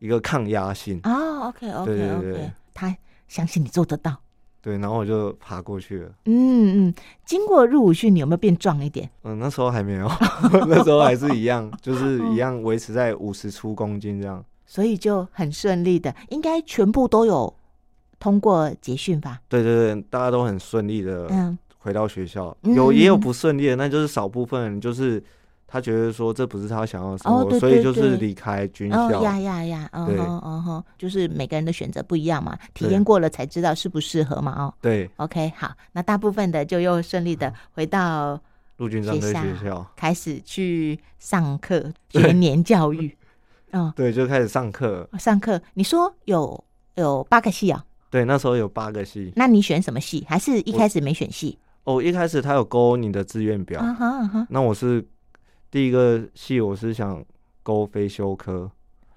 [SPEAKER 2] 一个抗压性。
[SPEAKER 1] 哦，OK OK
[SPEAKER 2] 对
[SPEAKER 1] OK，
[SPEAKER 2] 对对
[SPEAKER 1] 他相信你做得到。
[SPEAKER 2] 对，然后我就爬过去了。
[SPEAKER 1] 嗯嗯，经过入伍训，你有没有变壮一点？
[SPEAKER 2] 嗯，那时候还没有， (laughs) 那时候还是一样，就是
[SPEAKER 1] 嗯
[SPEAKER 2] 一样维持在五十出公斤这样。
[SPEAKER 1] 所以就很顺利的，应该全部都有通过捷训吧？
[SPEAKER 2] 对对对，大家都很顺利的
[SPEAKER 1] 嗯，
[SPEAKER 2] 回到学校，
[SPEAKER 1] 嗯
[SPEAKER 2] 有也有不顺利的，那就是少部分人就是他觉得说这不是他想要的生
[SPEAKER 1] 哦
[SPEAKER 2] 活，
[SPEAKER 1] 对
[SPEAKER 2] 所以
[SPEAKER 1] 对
[SPEAKER 2] 就是
[SPEAKER 1] 对
[SPEAKER 2] 离开军校。
[SPEAKER 1] 哦呀呀呀，嗯
[SPEAKER 2] 对
[SPEAKER 1] 哼嗯哼，就是每个人的选择不一样嘛，体
[SPEAKER 2] 对
[SPEAKER 1] 验过了才知道适不适合嘛哦。
[SPEAKER 2] 对，
[SPEAKER 1] OK，好，那大部分的就又顺利的回到
[SPEAKER 2] 陆军战队
[SPEAKER 1] 学校
[SPEAKER 2] 学校，
[SPEAKER 1] 开始去上课全年教育，嗯，
[SPEAKER 2] 对，就开始上课。
[SPEAKER 1] 上课你说有有八个系啊、
[SPEAKER 2] 对，那时候有八个系。
[SPEAKER 1] 那你选什么系？还是一
[SPEAKER 2] 我
[SPEAKER 1] 开始没选系？
[SPEAKER 2] 哦，一开始他有勾你的志愿表，
[SPEAKER 1] 啊哈啊哈，
[SPEAKER 2] 那我是第一个系，我是想勾非修科。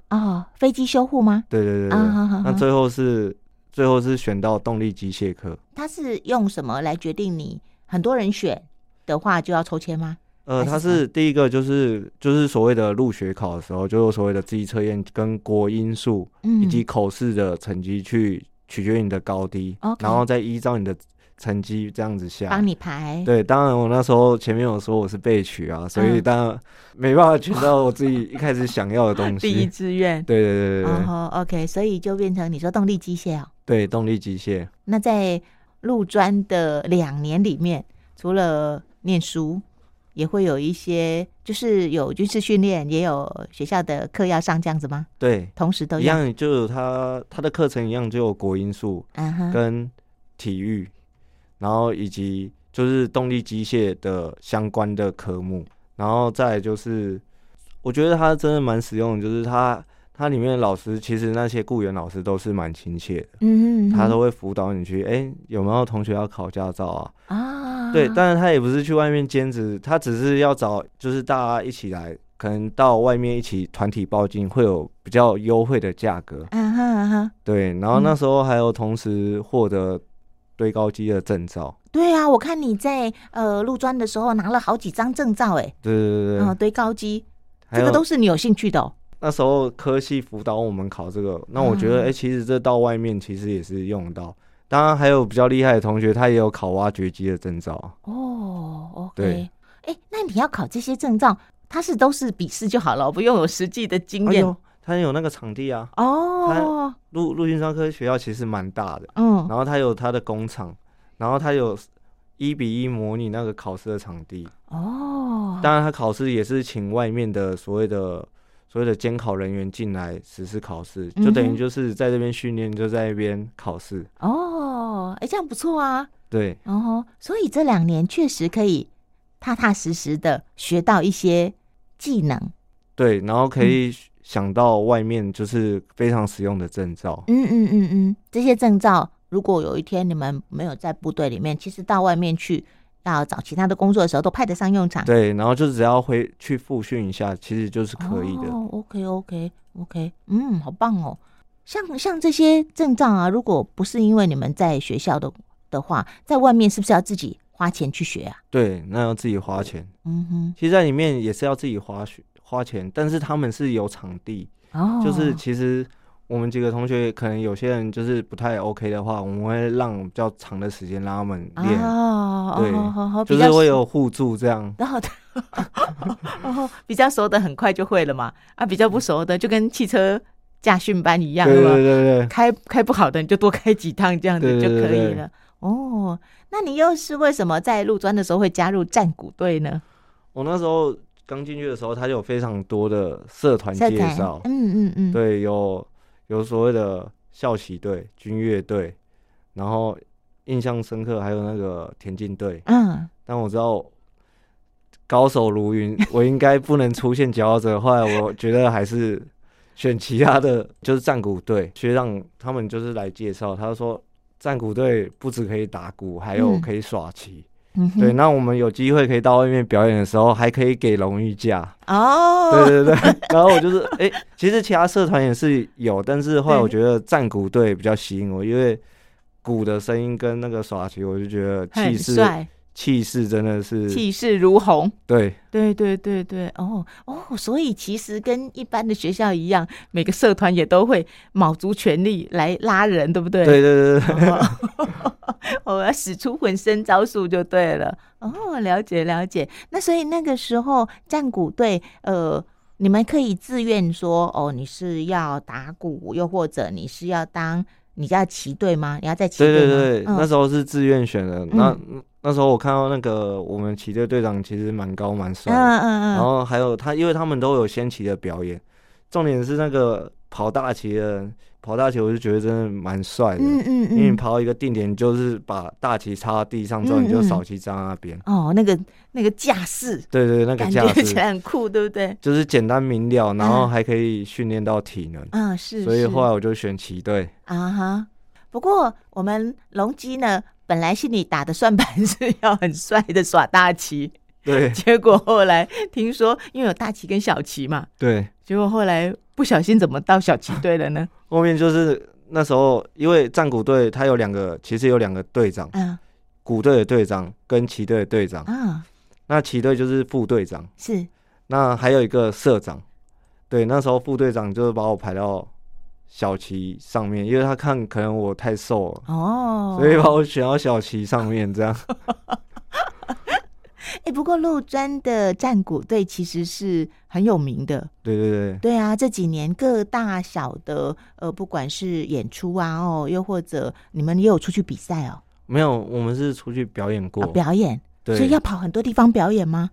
[SPEAKER 1] 哦，飞机修护吗？
[SPEAKER 2] 对对对对。
[SPEAKER 1] 啊哈哈
[SPEAKER 2] 那
[SPEAKER 1] 哈，
[SPEAKER 2] 最后是最后是选到动力机械科。
[SPEAKER 1] 它是用什么来决定你？很多人选的话就要抽签吗？还
[SPEAKER 2] 呃，
[SPEAKER 1] 是
[SPEAKER 2] 它
[SPEAKER 1] 什么
[SPEAKER 2] 是第一个就是就是所谓的入学考的时候，就有所谓的记忆测验跟国音数
[SPEAKER 1] 嗯
[SPEAKER 2] 以及口试的成绩去取决于你的高低，
[SPEAKER 1] 哦 OK
[SPEAKER 2] 然后再依照你的成绩这样子下
[SPEAKER 1] 帮。你排，
[SPEAKER 2] 对，当然我那时候前面有说我是被取啊，所以
[SPEAKER 1] 嗯
[SPEAKER 2] 当然没办法选到我自己一开始想要
[SPEAKER 1] (laughs)
[SPEAKER 2] 的东西。
[SPEAKER 1] 志愿。
[SPEAKER 2] 对对对对对
[SPEAKER 1] 然后 OK，所以就变成你说动力机械哦。
[SPEAKER 2] 对，动力机械。
[SPEAKER 1] 那在陆专的两年里面，除了念书，也会有一些，就是有军事训练，也有学校的课要上这样子吗？
[SPEAKER 2] 对，
[SPEAKER 1] 同时都
[SPEAKER 2] 一
[SPEAKER 1] 要？
[SPEAKER 2] 样就有它它的课程一样就有国音数，
[SPEAKER 1] 嗯哼，
[SPEAKER 2] 跟体育，然后以及就是动力机械的相关的科目，然后再来就是，我觉得它真的蛮实用的，就是它它里面的老师其实那些雇员老师都是蛮亲切的，
[SPEAKER 1] 嗯哼，
[SPEAKER 2] 他都会辅导你去，哎、有没有同学要考驾照啊？
[SPEAKER 1] 啊，
[SPEAKER 2] 对，但是他也不是去外面兼职，他只是要找就是大家一起来，可能到外面一起团体报进会有比较优惠的价格，
[SPEAKER 1] 啊哈啊哈，
[SPEAKER 2] 对，然后那
[SPEAKER 1] 嗯
[SPEAKER 2] 时候还有同时获得堆高机的证照，
[SPEAKER 1] 对啊，我看你在呃陆专的时候拿了好几张证照，哎，
[SPEAKER 2] 对对对对，
[SPEAKER 1] 嗯，堆高机，
[SPEAKER 2] 还
[SPEAKER 1] 这个都
[SPEAKER 2] 有
[SPEAKER 1] 是你有兴趣的哦。
[SPEAKER 2] 那时候科系辅导我们考这个，那我觉得
[SPEAKER 1] 嗯
[SPEAKER 2] 哎、诶其实这到外面其实也是用得到。当然还有比较厉害的同学，他也有考挖掘机的证照，
[SPEAKER 1] 哦，OK，
[SPEAKER 2] 对
[SPEAKER 1] 哎，那你要考这些证照，它是都是笔试就好了，不用有实际的经
[SPEAKER 2] 哎
[SPEAKER 1] 验
[SPEAKER 2] 呦，他有那个场地啊，
[SPEAKER 1] 哦。
[SPEAKER 2] 陆陆军专科学校其实蛮大的，
[SPEAKER 1] 嗯，
[SPEAKER 2] 然后他有他的工厂，然后他有一比一模拟那个考试的场地，
[SPEAKER 1] 哦，
[SPEAKER 2] 当然，他考试也是请外面的所谓的所谓的监考人员进来实施考试，
[SPEAKER 1] 嗯哼
[SPEAKER 2] 就等于就是在这边训练，就在那边考试。
[SPEAKER 1] 哦，哎，这样不错啊。
[SPEAKER 2] 对，
[SPEAKER 1] 哦，所以这两年确实可以踏踏实实的学到一些技能。
[SPEAKER 2] 对，然后可
[SPEAKER 1] 嗯
[SPEAKER 2] 以想到外面就是非常实用的证照。
[SPEAKER 1] 嗯嗯嗯嗯，这些证照，如果有一天你们没有在部队里面，其实到外面去要找其他的工作的时候，都派得上用场。
[SPEAKER 2] 对，然后就只要回去复训一下，其实就是可以的。
[SPEAKER 1] 哦，OK OK OK，嗯，好棒哦。像像这些证照啊，如果不是因为你们在学校的的话，在外面是不是要自己花钱去学啊？
[SPEAKER 2] 对，那要自己花钱。
[SPEAKER 1] 嗯
[SPEAKER 2] 其实，在里面也是要自己花学花钱，但是他们是有场地，
[SPEAKER 1] 哼，哦，
[SPEAKER 2] 就是其实我们几个同学，可能有些人就是不太 OK 的话，我们会让比较长的时间让他们练，
[SPEAKER 1] 哦，
[SPEAKER 2] 对
[SPEAKER 1] 哦好好
[SPEAKER 2] 就
[SPEAKER 1] 比
[SPEAKER 2] 是
[SPEAKER 1] 较
[SPEAKER 2] 会
[SPEAKER 1] 熟
[SPEAKER 2] 有互助这样。
[SPEAKER 1] 然后他，哦，比较熟的很快就会了嘛，啊，比较不熟的就跟汽车驾训班一样
[SPEAKER 2] 对
[SPEAKER 1] 了嘛，
[SPEAKER 2] 对对对，
[SPEAKER 1] 开开不好的你就多开几趟这样子
[SPEAKER 2] 对
[SPEAKER 1] 就
[SPEAKER 2] 对对
[SPEAKER 1] 可以
[SPEAKER 2] 对
[SPEAKER 1] 了。哦，那你又是为什么在陆专的时候会加入战鼓队呢？
[SPEAKER 2] 我那时候刚进去的时候，他就有非常多的社团
[SPEAKER 1] 社
[SPEAKER 2] 介
[SPEAKER 1] 团
[SPEAKER 2] 绍，
[SPEAKER 1] 嗯嗯嗯，
[SPEAKER 2] 对，有有所谓的校旗队、军乐队，然后印象深刻还有那个田径队，
[SPEAKER 1] 嗯，
[SPEAKER 2] 但我知道。高手如
[SPEAKER 1] (laughs)
[SPEAKER 2] 云，我应该不能出现佼佼者。后来我觉得还是选其他的，就是战鼓队学长他们就是来介绍，他说战鼓队不只可以打鼓，还有
[SPEAKER 1] 嗯
[SPEAKER 2] 可以耍旗。
[SPEAKER 1] 嗯哼
[SPEAKER 2] 对，那我们有机会可以到外面表演的时候，还可以给荣誉奖。对
[SPEAKER 1] 哦，(laughs)
[SPEAKER 2] 对对，然后我就是，哎、其实其他社团也是有，但是后来我觉得战鼓队比较吸引我，因为鼓的声音跟那个耍旗，我就觉得气
[SPEAKER 1] 很
[SPEAKER 2] 势，
[SPEAKER 1] 帅，
[SPEAKER 2] 气势真的是
[SPEAKER 1] 气势如虹。
[SPEAKER 2] 对
[SPEAKER 1] 对对对对，哦哦，所以其实跟一般的学校一样，每个社团也都会卯足全力来拉人，对不对？
[SPEAKER 2] 对
[SPEAKER 1] (laughs)
[SPEAKER 2] 对对对对，
[SPEAKER 1] 哦，我要使出浑身招数就对了。哦，了解了解。那所以那个时候战鼓队，呃，你们可以自愿说，哦，你是要打鼓，又或者你是要当你要齐队吗？你要在齐
[SPEAKER 2] 对
[SPEAKER 1] 队
[SPEAKER 2] 对
[SPEAKER 1] 吗？
[SPEAKER 2] 对，
[SPEAKER 1] 嗯、
[SPEAKER 2] 那时候是自愿选的。那那时候我看到那个我们旗队队长其实蛮高蛮帅的，
[SPEAKER 1] 嗯嗯嗯，
[SPEAKER 2] 然后还有他，因为他们都有先期的表演，重点是那个跑大旗的人跑大旗，我就觉得真的蛮帅的。
[SPEAKER 1] 嗯嗯
[SPEAKER 2] 因为你
[SPEAKER 1] 嗯，
[SPEAKER 2] 跑到一个定点，就是把大旗插到地上之后，
[SPEAKER 1] 嗯
[SPEAKER 2] 你就
[SPEAKER 1] 嗯
[SPEAKER 2] 扫旗站在那边。
[SPEAKER 1] 哦，那个那个架势，
[SPEAKER 2] 对对，对那个
[SPEAKER 1] 感
[SPEAKER 2] 架
[SPEAKER 1] 觉起
[SPEAKER 2] 势
[SPEAKER 1] 来很酷，对不对？
[SPEAKER 2] 就是简单明了，然后
[SPEAKER 1] 嗯
[SPEAKER 2] 还可以训练到体能。
[SPEAKER 1] 啊，是，
[SPEAKER 2] 所以
[SPEAKER 1] 是
[SPEAKER 2] 后来我就选旗队。
[SPEAKER 1] 啊哈。不过我们龙基呢，本来是你打的算盘是要很帅的耍大旗， (laughs)
[SPEAKER 2] 对
[SPEAKER 1] 结果后来听说因为有大旗跟小旗嘛，
[SPEAKER 2] 对，
[SPEAKER 1] 结果后来不小心怎么到小旗队了
[SPEAKER 2] (laughs)
[SPEAKER 1] 呢？
[SPEAKER 2] 后面就是那时候，因为战鼓队他有两个，其实有两个队长，
[SPEAKER 1] 啊
[SPEAKER 2] 鼓队的队长跟旗队的队长。
[SPEAKER 1] 啊，
[SPEAKER 2] 那旗队就是副队长，
[SPEAKER 1] 是
[SPEAKER 2] 那还有一个社长。对，那时候副队长就是把我排到小旗上面，因为他看可能我太瘦了，
[SPEAKER 1] 哦，
[SPEAKER 2] 所以把我选到小旗上面
[SPEAKER 1] (laughs)
[SPEAKER 2] 这样。
[SPEAKER 1] 哎、不过陆专的战鼓队其实是很有名的，
[SPEAKER 2] 对对对。
[SPEAKER 1] 对啊，这几年各大小的呃，不管是演出啊，哦，又或者你们也有出去比赛哦，
[SPEAKER 2] 没有，我们是出去表演过，
[SPEAKER 1] 啊、表演，
[SPEAKER 2] 对，
[SPEAKER 1] 所以要跑很多地方表演吗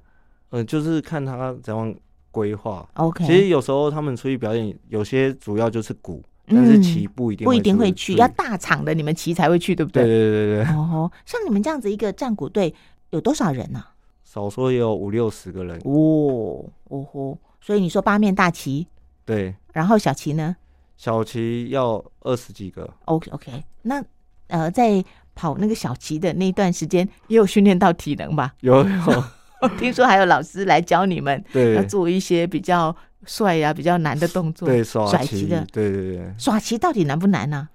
[SPEAKER 2] 呃，就是看他怎样规划。
[SPEAKER 1] ？OK，
[SPEAKER 2] 其实有时候他们出去表演，有些主要就是鼓，但
[SPEAKER 1] 嗯
[SPEAKER 2] 是旗不一定
[SPEAKER 1] 不一定会
[SPEAKER 2] 出
[SPEAKER 1] 去，要大场的你们骑才会去，对不
[SPEAKER 2] 对
[SPEAKER 1] 对？
[SPEAKER 2] 对对对对，
[SPEAKER 1] 哦，像你们这样子一个战鼓队有多少人呢、啊
[SPEAKER 2] 少说也有五六十个人。
[SPEAKER 1] 哦，哦吼，所以你说八面大旗，
[SPEAKER 2] 对，
[SPEAKER 1] 然后小旗呢
[SPEAKER 2] 小旗要二十几个。
[SPEAKER 1] ？OK OK，那呃，在跑那个小旗的那一段时间，也有训练到体能
[SPEAKER 2] (laughs)
[SPEAKER 1] 吧？
[SPEAKER 2] 有有，
[SPEAKER 1] 我听说还有老师来教你们要
[SPEAKER 2] 对
[SPEAKER 1] 做一些比较帅呀、比较难的动作。
[SPEAKER 2] 对，耍
[SPEAKER 1] 甩旗
[SPEAKER 2] 旗，
[SPEAKER 1] 的
[SPEAKER 2] 对对对，
[SPEAKER 1] 耍旗到底难不难呢、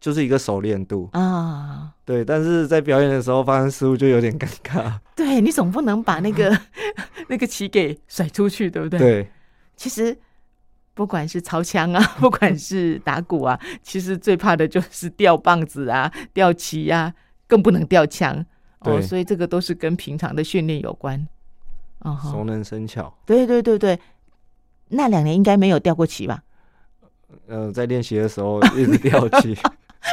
[SPEAKER 2] 就是一个熟练度。
[SPEAKER 1] 啊？
[SPEAKER 2] 对，但是在表演的时候发生失误就有点尴尬。
[SPEAKER 1] 对你总不能把那个 (laughs) 那个旗给甩出去，对不对？
[SPEAKER 2] 对
[SPEAKER 1] 其实不管是操枪啊， (laughs) 不管是打鼓啊，其实最怕的就是掉棒子啊、掉旗啊，更不能掉枪哦。
[SPEAKER 2] 对
[SPEAKER 1] 所以这个都是跟平常的训练有关。哦吼，
[SPEAKER 2] 熟能生巧。
[SPEAKER 1] 对对对对，那两年应该没有掉过旗吧？ (laughs)
[SPEAKER 2] 呃，在练习的时候一直掉
[SPEAKER 1] (laughs)
[SPEAKER 2] 旗。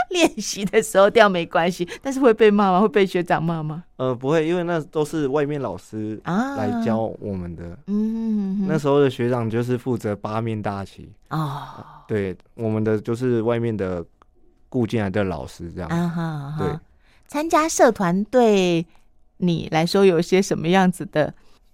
[SPEAKER 1] 练习的时候掉没关系，但是会被骂吗？会被学长骂吗？
[SPEAKER 2] 呃，不会，因为那都是外面老师
[SPEAKER 1] 啊，
[SPEAKER 2] 来教，我们的。
[SPEAKER 1] 嗯，
[SPEAKER 2] 那时候的学长就是负责八面大旗，
[SPEAKER 1] 哦，
[SPEAKER 2] 对，我们的就是外面的雇进来的老师这样。
[SPEAKER 1] 啊哈，哈
[SPEAKER 2] 对，
[SPEAKER 1] 参加社团对你来说有些什么样子的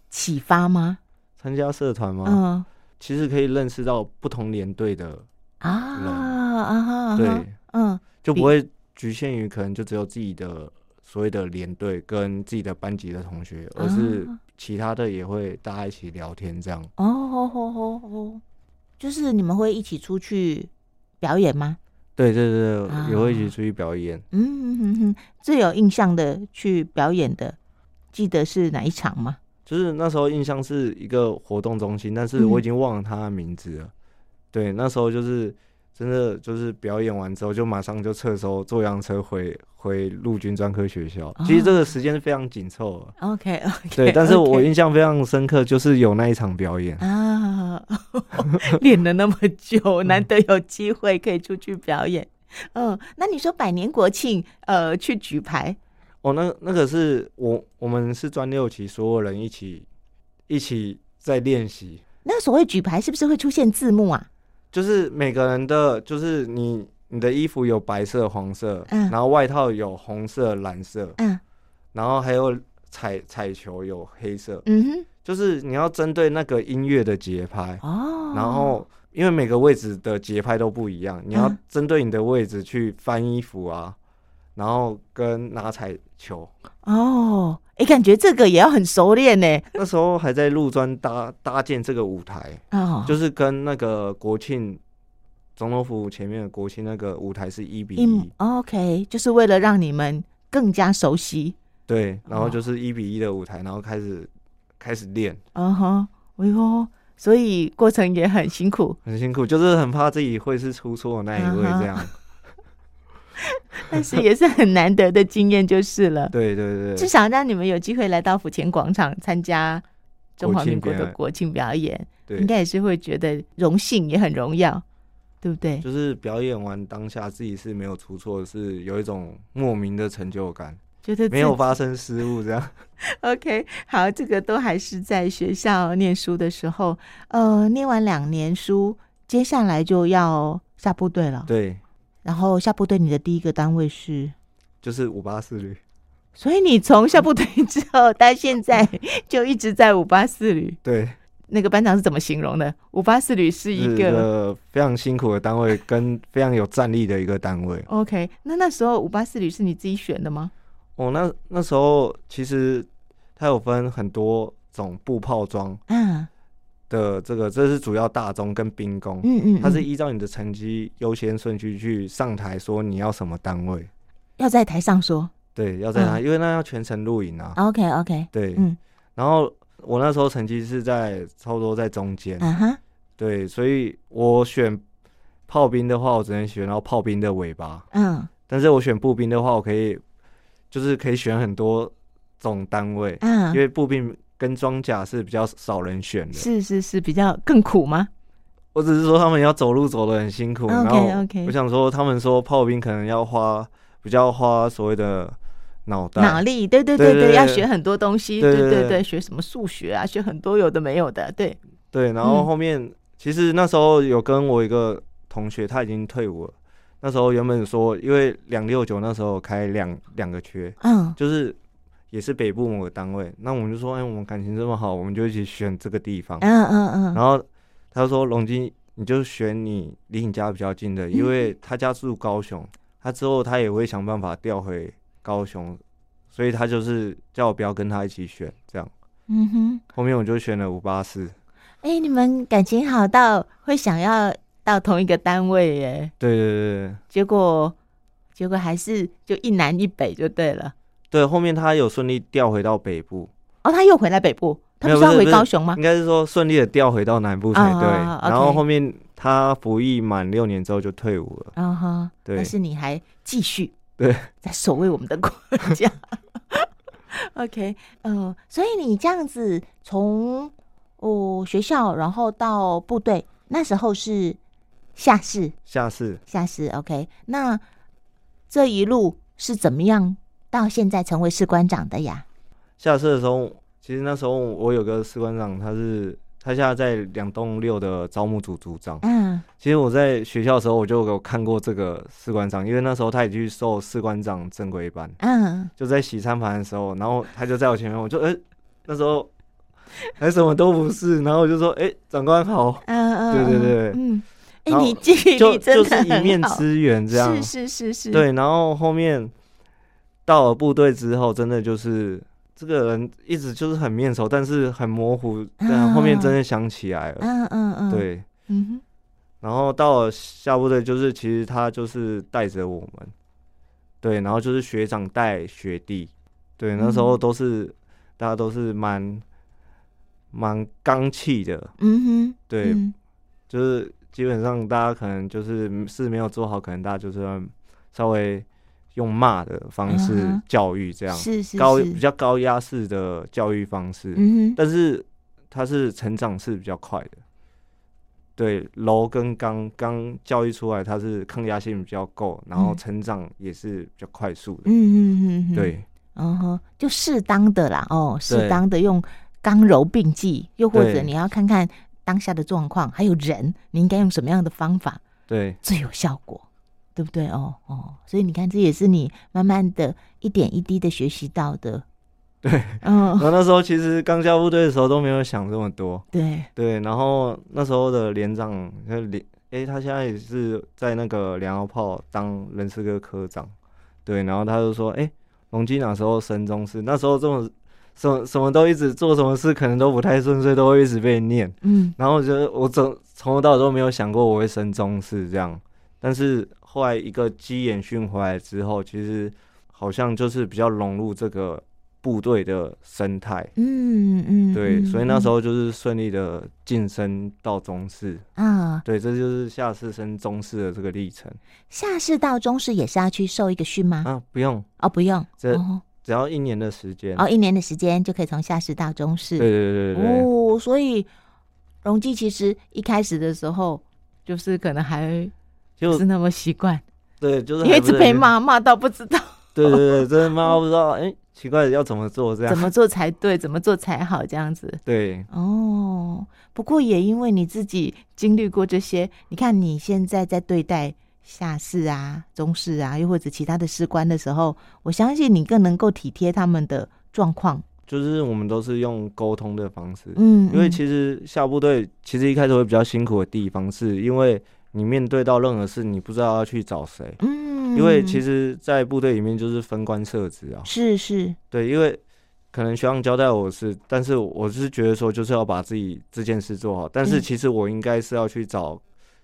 [SPEAKER 1] 启发吗？
[SPEAKER 2] 参加社团嘛，
[SPEAKER 1] 嗯
[SPEAKER 2] 其实可以认识到不同连队的，
[SPEAKER 1] 啊啊哈，啊哈
[SPEAKER 2] 对，
[SPEAKER 1] 嗯
[SPEAKER 2] 就不会局限于可能就只有自己的所谓的连队跟自己的班级的同学，而是
[SPEAKER 1] 啊
[SPEAKER 2] 其他的也会大家一起聊天这样。
[SPEAKER 1] 哦吼吼吼吼，就是你们会一起出去表演吗？
[SPEAKER 2] 对对对，
[SPEAKER 1] 啊
[SPEAKER 2] 也会一起出去表演。
[SPEAKER 1] 嗯哼哼，最有印象的去表演的，记得是哪一场吗？
[SPEAKER 2] 就是那时候印象是一个活动中心，但是
[SPEAKER 1] 嗯
[SPEAKER 2] 我已经忘了他的名字了。对，那时候就是真的就是表演完之后，就马上就撤收坐洋车回回陆军专科学校。其实这个时间是非常紧凑的，
[SPEAKER 1] OK (laughs) OK，
[SPEAKER 2] 对。但是我印象非常深刻，就是有那一场表演。
[SPEAKER 1] 啊， (laughs) 练了那么
[SPEAKER 2] 嗯
[SPEAKER 1] 久，难得有机会可以出去表演。嗯，那你说百年国庆，呃，去举牌
[SPEAKER 2] 哦，那那个是我我们是专六期，所有人一起一起在练习。
[SPEAKER 1] 那所谓举牌是不是会出现字幕啊？
[SPEAKER 2] 就是每个人的，就是你你的衣服有白色、黄色，
[SPEAKER 1] 嗯
[SPEAKER 2] 然后外套有红色、蓝色，
[SPEAKER 1] 嗯
[SPEAKER 2] 然后还有彩彩球有黑色，
[SPEAKER 1] 嗯
[SPEAKER 2] 就是你要针对那个音乐的节拍，
[SPEAKER 1] 哼，哦，
[SPEAKER 2] 然后因为每个位置的节拍都不一样，你要
[SPEAKER 1] 嗯
[SPEAKER 2] 针对你的位置去翻衣服啊，然后跟拿彩球。
[SPEAKER 1] 哦，哎，感觉这个也要很熟练呢。
[SPEAKER 2] 那时候还在陆专搭 (laughs) 搭建这个舞台，
[SPEAKER 1] 哦，
[SPEAKER 2] 就是跟那个国庆总统府前面的国庆那个舞台是一比
[SPEAKER 1] 一模
[SPEAKER 2] 一。
[SPEAKER 1] 嗯 OK，就是为了让你们更加熟悉。
[SPEAKER 2] 对，然后
[SPEAKER 1] 哦
[SPEAKER 2] 就是一比一的舞台，然后开始开始练，
[SPEAKER 1] 嗯哼，哎呦，所以过程也很辛苦，
[SPEAKER 2] 很辛苦，就是很怕自己会是出错的那一位
[SPEAKER 1] 嗯
[SPEAKER 2] 这样。
[SPEAKER 1] 但是也是很难得的经验就是了。
[SPEAKER 2] 对对
[SPEAKER 1] 至
[SPEAKER 2] 对，
[SPEAKER 1] 少让你们有机会来到府前广场参加中华民国的国庆表演，应
[SPEAKER 2] 对
[SPEAKER 1] 该也是会觉得荣幸，也很荣耀。对不对？
[SPEAKER 2] 就是表演完当下自己是没有出错，是有一种莫名的成就感，
[SPEAKER 1] 觉得自哦
[SPEAKER 2] 没
[SPEAKER 1] (laughs)
[SPEAKER 2] 有发生失误这样。
[SPEAKER 1] OK，好，这个都还是在学校念书的时候，呃，念完两年书，接下来就要下部队了。
[SPEAKER 2] (laughs) 对，
[SPEAKER 1] 然后下部队，你的第一个单位是，
[SPEAKER 2] 就是五八四旅。
[SPEAKER 1] 所以你从下部队之后到现在 (laughs) 就一直在五八四旅。
[SPEAKER 2] 对，
[SPEAKER 1] 那个班长是怎么形容的？五八四旅是
[SPEAKER 2] 是
[SPEAKER 1] 一
[SPEAKER 2] 一
[SPEAKER 1] 个
[SPEAKER 2] 个非常辛苦的单位，跟非常有战力的一个单位。
[SPEAKER 1] OK。那那时候五八四旅是你自己选的吗？
[SPEAKER 2] 哦，那那时候其实它有分很多种步炮装
[SPEAKER 1] 啊，
[SPEAKER 2] 的，这个这是主要大中跟兵工，
[SPEAKER 1] 嗯嗯，
[SPEAKER 2] 它是
[SPEAKER 1] 嗯
[SPEAKER 2] 依照你的成绩优先顺序去上台说你要什么单位。
[SPEAKER 1] 要在台上说。
[SPEAKER 2] 对，要在那，因为那要全程录影啊。
[SPEAKER 1] OK OK，
[SPEAKER 2] 对，
[SPEAKER 1] 嗯
[SPEAKER 2] 然后我那时候成绩是在差不多在中间，
[SPEAKER 1] 啊哈，
[SPEAKER 2] 对，所以我选炮兵的话，我只能选到炮兵的尾巴；
[SPEAKER 1] 嗯
[SPEAKER 2] 但是我选步兵的话，我可以就是可以选很多种单位，
[SPEAKER 1] 啊
[SPEAKER 2] 因，为步兵跟装甲是比较少人选的。
[SPEAKER 1] 是是是，比较更苦吗？
[SPEAKER 2] 我只是说他们要走路走得很辛苦
[SPEAKER 1] OK，
[SPEAKER 2] 然后
[SPEAKER 1] OK
[SPEAKER 2] 我想说他们说炮兵可能要花比较花所谓的脑袋，
[SPEAKER 1] 脑力，对对
[SPEAKER 2] 对
[SPEAKER 1] 对
[SPEAKER 2] 对对
[SPEAKER 1] 要学很多东西，
[SPEAKER 2] 对
[SPEAKER 1] 对
[SPEAKER 2] 对
[SPEAKER 1] 对
[SPEAKER 2] 对
[SPEAKER 1] 对，学什么数学啊，学很多有的没有的，对，
[SPEAKER 2] 对，然后
[SPEAKER 1] 嗯
[SPEAKER 2] 后面、其实那时候有跟我一个同学，他已经退伍了。那时候原本说，因为两六九那时候开两两个缺，
[SPEAKER 1] 嗯，
[SPEAKER 2] 就是也是北部某个单位，那我们就说，哎，我们感情这么好，我们就一起选这个地方。
[SPEAKER 1] 嗯嗯嗯，
[SPEAKER 2] 然后他说，龙金，你就选你离你家比较近的，因
[SPEAKER 1] 嗯
[SPEAKER 2] 为他家住高雄，他之后他也会想办法调回高雄，所以他就是叫我不要跟他一起选这样。
[SPEAKER 1] 嗯哼，
[SPEAKER 2] 后面我就选了五八四，
[SPEAKER 1] 哎，你们感情好到会想要到同一个单位耶，
[SPEAKER 2] 对对对对。
[SPEAKER 1] 结果结果还是就一南一北就对了。
[SPEAKER 2] 对，后面他有顺利调回到北部，
[SPEAKER 1] 哦，他又回来北部，他
[SPEAKER 2] 没
[SPEAKER 1] 不
[SPEAKER 2] 有
[SPEAKER 1] 是要
[SPEAKER 2] 不是
[SPEAKER 1] 回
[SPEAKER 2] 不是
[SPEAKER 1] 高雄吗
[SPEAKER 2] 应？该是说顺利的调回到南部才对。
[SPEAKER 1] 啊，OK
[SPEAKER 2] 然后后面他服役满六年之后就退伍了。
[SPEAKER 1] 啊哈，
[SPEAKER 2] 对
[SPEAKER 1] 但是你还继续
[SPEAKER 2] 对
[SPEAKER 1] 在守卫我们的国家。OK，嗯、所以你这样子从哦学校，然后到部队，那时候是下士，
[SPEAKER 2] 下士
[SPEAKER 1] 下士 OK，那这一路是怎么样到现在成为士官长的呀？
[SPEAKER 2] 下士的时候，其实那时候我有个士官长，他是他现在在两栋六的招募组组长。
[SPEAKER 1] 嗯
[SPEAKER 2] 其实我在学校的时候，我就有看过这个士官长，因为那时候他也去受士官长正规班，
[SPEAKER 1] 嗯，
[SPEAKER 2] 就在洗餐盘的时候，然后他就在我前面，我就哎、那时候还什么都不是，然后我就说哎、长官好。
[SPEAKER 1] 嗯嗯，
[SPEAKER 2] 对对对
[SPEAKER 1] 嗯，哎、
[SPEAKER 2] 然后
[SPEAKER 1] 你记忆
[SPEAKER 2] 就
[SPEAKER 1] 力真
[SPEAKER 2] 就
[SPEAKER 1] 的很
[SPEAKER 2] 是
[SPEAKER 1] 好，
[SPEAKER 2] 一面之缘这样。
[SPEAKER 1] 是是是是，
[SPEAKER 2] 对，然后后面到了部队之后，真的就是这个人一直就是很面熟，但是很模糊，但后面真的想起来了。
[SPEAKER 1] 嗯，嗯嗯嗯，，
[SPEAKER 2] 对，
[SPEAKER 1] 嗯哼。
[SPEAKER 2] 然后到了下部队，就是其实他就是带着我们，对，然后就是学长带学弟，对，那时候
[SPEAKER 1] 嗯
[SPEAKER 2] 都是、大家都是蛮蛮刚气的，
[SPEAKER 1] 嗯哼，
[SPEAKER 2] 对，
[SPEAKER 1] 嗯
[SPEAKER 2] 就是基本上大家可能就是事没有做好，可能大家就是会稍微用骂的方式
[SPEAKER 1] 嗯哼
[SPEAKER 2] 教育这样，
[SPEAKER 1] 是是
[SPEAKER 2] 高
[SPEAKER 1] 是
[SPEAKER 2] 比较高压式的教育方式，
[SPEAKER 1] 嗯哼，
[SPEAKER 2] 但是它是成长是比较快的。对，楼跟刚刚教育出来，它是抗压性比较够，然后
[SPEAKER 1] 嗯
[SPEAKER 2] 成长也是比较快速的。
[SPEAKER 1] 嗯嗯嗯，，
[SPEAKER 2] 对，
[SPEAKER 1] 嗯哼，就适当的啦，哦，适
[SPEAKER 2] 对
[SPEAKER 1] 当的用刚柔并济，又或者
[SPEAKER 2] 对
[SPEAKER 1] 你要看看当下的状况，还有人，你应该用什么样的方法
[SPEAKER 2] 对，
[SPEAKER 1] 最有效果，对不对？哦哦，所以你看，这也是你慢慢的一点一滴的学习到
[SPEAKER 2] (laughs)
[SPEAKER 1] 的，对，嗯、
[SPEAKER 2] 然后那时候其实刚加部队的时候都没有想这么多，
[SPEAKER 1] 对，
[SPEAKER 2] 对，然后那时候的连长，那连诶，他现在也是在那个良药炮当人事科科长，对，然后他就说，诶，龙基哪时候升中师？那时候这么什么什么都一直做什么事，可能都不太顺遂，都会一直被念。
[SPEAKER 1] 嗯
[SPEAKER 2] 然后我觉得我整从头到尾都没有想过我会升中师这样，但是后来一个机演训回来之后，其实好像就是比较融入这个部队的生态，
[SPEAKER 1] 嗯嗯，
[SPEAKER 2] 对，
[SPEAKER 1] 嗯
[SPEAKER 2] 所以那时
[SPEAKER 1] 嗯
[SPEAKER 2] 候就是顺利的晋升到中式，
[SPEAKER 1] 啊，
[SPEAKER 2] 对，这就是下士升中式的这个历程
[SPEAKER 1] 下士到中士也是要去受一个训吗？
[SPEAKER 2] 啊，不用，
[SPEAKER 1] 哦，不用，
[SPEAKER 2] 这
[SPEAKER 1] 哦
[SPEAKER 2] 只要一年的时间，
[SPEAKER 1] 哦，一年的时间就可以从下士到中士。哦
[SPEAKER 2] 对对对对对，
[SPEAKER 1] 哦，所以容基其实一开始的时候就是可能还不
[SPEAKER 2] 就是
[SPEAKER 1] 那么习惯，
[SPEAKER 2] 对，就是
[SPEAKER 1] 因为一
[SPEAKER 2] 还不
[SPEAKER 1] 直
[SPEAKER 2] 是
[SPEAKER 1] 被
[SPEAKER 2] 很，
[SPEAKER 1] 骂，骂到不知
[SPEAKER 2] (laughs)
[SPEAKER 1] 道
[SPEAKER 2] 对对对，真的骂到不知道，哎、奇怪要怎么做这
[SPEAKER 1] 怎
[SPEAKER 2] 样，
[SPEAKER 1] 么做才对，怎么做才好这样子。
[SPEAKER 2] 对，
[SPEAKER 1] 哦，不过也因为你自己经历过这些，你看你现在在对待下士啊、中士啊，又或者其他的士官的时候，我相信你更能够体贴他们的状况。
[SPEAKER 2] 就是我们都是用沟通的方式，
[SPEAKER 1] 嗯，
[SPEAKER 2] 因为
[SPEAKER 1] 实
[SPEAKER 2] 其实下部队其实一开始会比较辛苦的地方，是因为你面对到任何事，你不知道要去找谁。
[SPEAKER 1] 嗯，
[SPEAKER 2] 因为其
[SPEAKER 1] 实
[SPEAKER 2] 实，在部队里面就是分官设置啊，
[SPEAKER 1] 是是
[SPEAKER 2] 对，因为可能学长交代我是，但是我是觉得说就是要把自己这件事做好，但是
[SPEAKER 1] 嗯
[SPEAKER 2] 其实我应该是要去找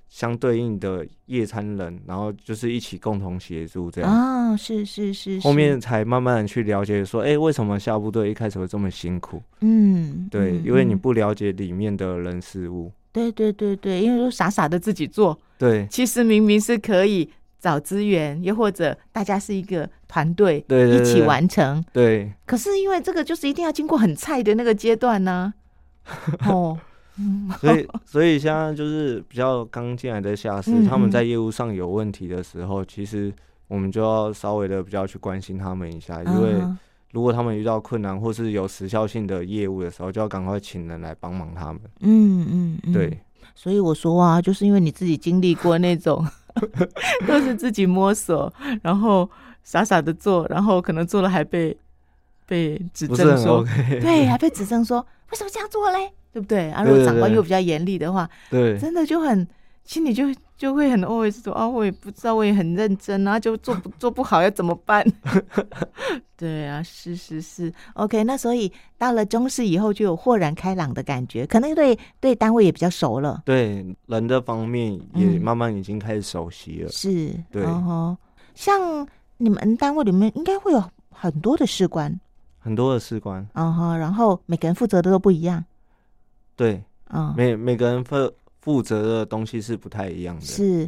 [SPEAKER 2] 相对应的夜餐人，然后就是一起共同协助这样，
[SPEAKER 1] 啊、是是是
[SPEAKER 2] 后
[SPEAKER 1] 是
[SPEAKER 2] 面才慢慢的去了解说，哎，为什么下部队一开始会这么辛苦？
[SPEAKER 1] 嗯，
[SPEAKER 2] 对，
[SPEAKER 1] 嗯
[SPEAKER 2] 因为你
[SPEAKER 1] 嗯
[SPEAKER 2] 不了解里面的人事物，
[SPEAKER 1] 对对对对，因为都傻傻的自己做，
[SPEAKER 2] 对，
[SPEAKER 1] 其实明明是可以找资源，又或者大家是一个团队
[SPEAKER 2] 对对
[SPEAKER 1] 一起
[SPEAKER 2] 对
[SPEAKER 1] 完成。
[SPEAKER 2] 对，
[SPEAKER 1] 可是因为这个就是一定要经过很菜的那个阶段
[SPEAKER 2] (laughs)
[SPEAKER 1] 呢、哦，嗯，
[SPEAKER 2] 所以， (laughs) 所以现在就是比较刚进来的下士，
[SPEAKER 1] 嗯
[SPEAKER 2] 他们
[SPEAKER 1] 嗯
[SPEAKER 2] 在业务上有问题的时候，其实我们就要稍微的比较去关心他们一下，因为
[SPEAKER 1] 嗯
[SPEAKER 2] 如果他们遇到困难或是有时效性的业务的时候，就要赶快请人来帮忙他们。
[SPEAKER 1] 嗯嗯，嗯
[SPEAKER 2] 对，
[SPEAKER 1] 所以我说啊，就是因为你自己经历过那种， (laughs) 都是自己摸索，然后傻傻的做，然后可能做了还被被指
[SPEAKER 2] 不是
[SPEAKER 1] 正
[SPEAKER 2] 很
[SPEAKER 1] 说，
[SPEAKER 2] OK。
[SPEAKER 1] (laughs) 对，还被指正说为什么这样做嘞，对不对？啊，
[SPEAKER 2] 对
[SPEAKER 1] 如果
[SPEAKER 2] 对
[SPEAKER 1] 长官
[SPEAKER 2] 对
[SPEAKER 1] 又比较严厉的话，
[SPEAKER 2] 对
[SPEAKER 1] 真的就很心里就就会很 always 说啊，我也不知道，我也很认真啊，就做
[SPEAKER 2] (laughs)
[SPEAKER 1] 不做不好要怎么办？ (laughs) 对啊，是是是，OK。那所以到了中式以后，就有豁然开朗的感觉，可能对对单位也比较熟了。
[SPEAKER 2] 对，人的方面也
[SPEAKER 1] 嗯
[SPEAKER 2] 慢慢已经开始熟悉了。
[SPEAKER 1] 是，
[SPEAKER 2] 对
[SPEAKER 1] 嗯哼像你们单位里面应该会有很多的士官，
[SPEAKER 2] 很多的士官，
[SPEAKER 1] 嗯哼，然后每个人负责的都不一样，
[SPEAKER 2] 对
[SPEAKER 1] 嗯，
[SPEAKER 2] 每每个人负负责的东西是不太一样的。
[SPEAKER 1] 是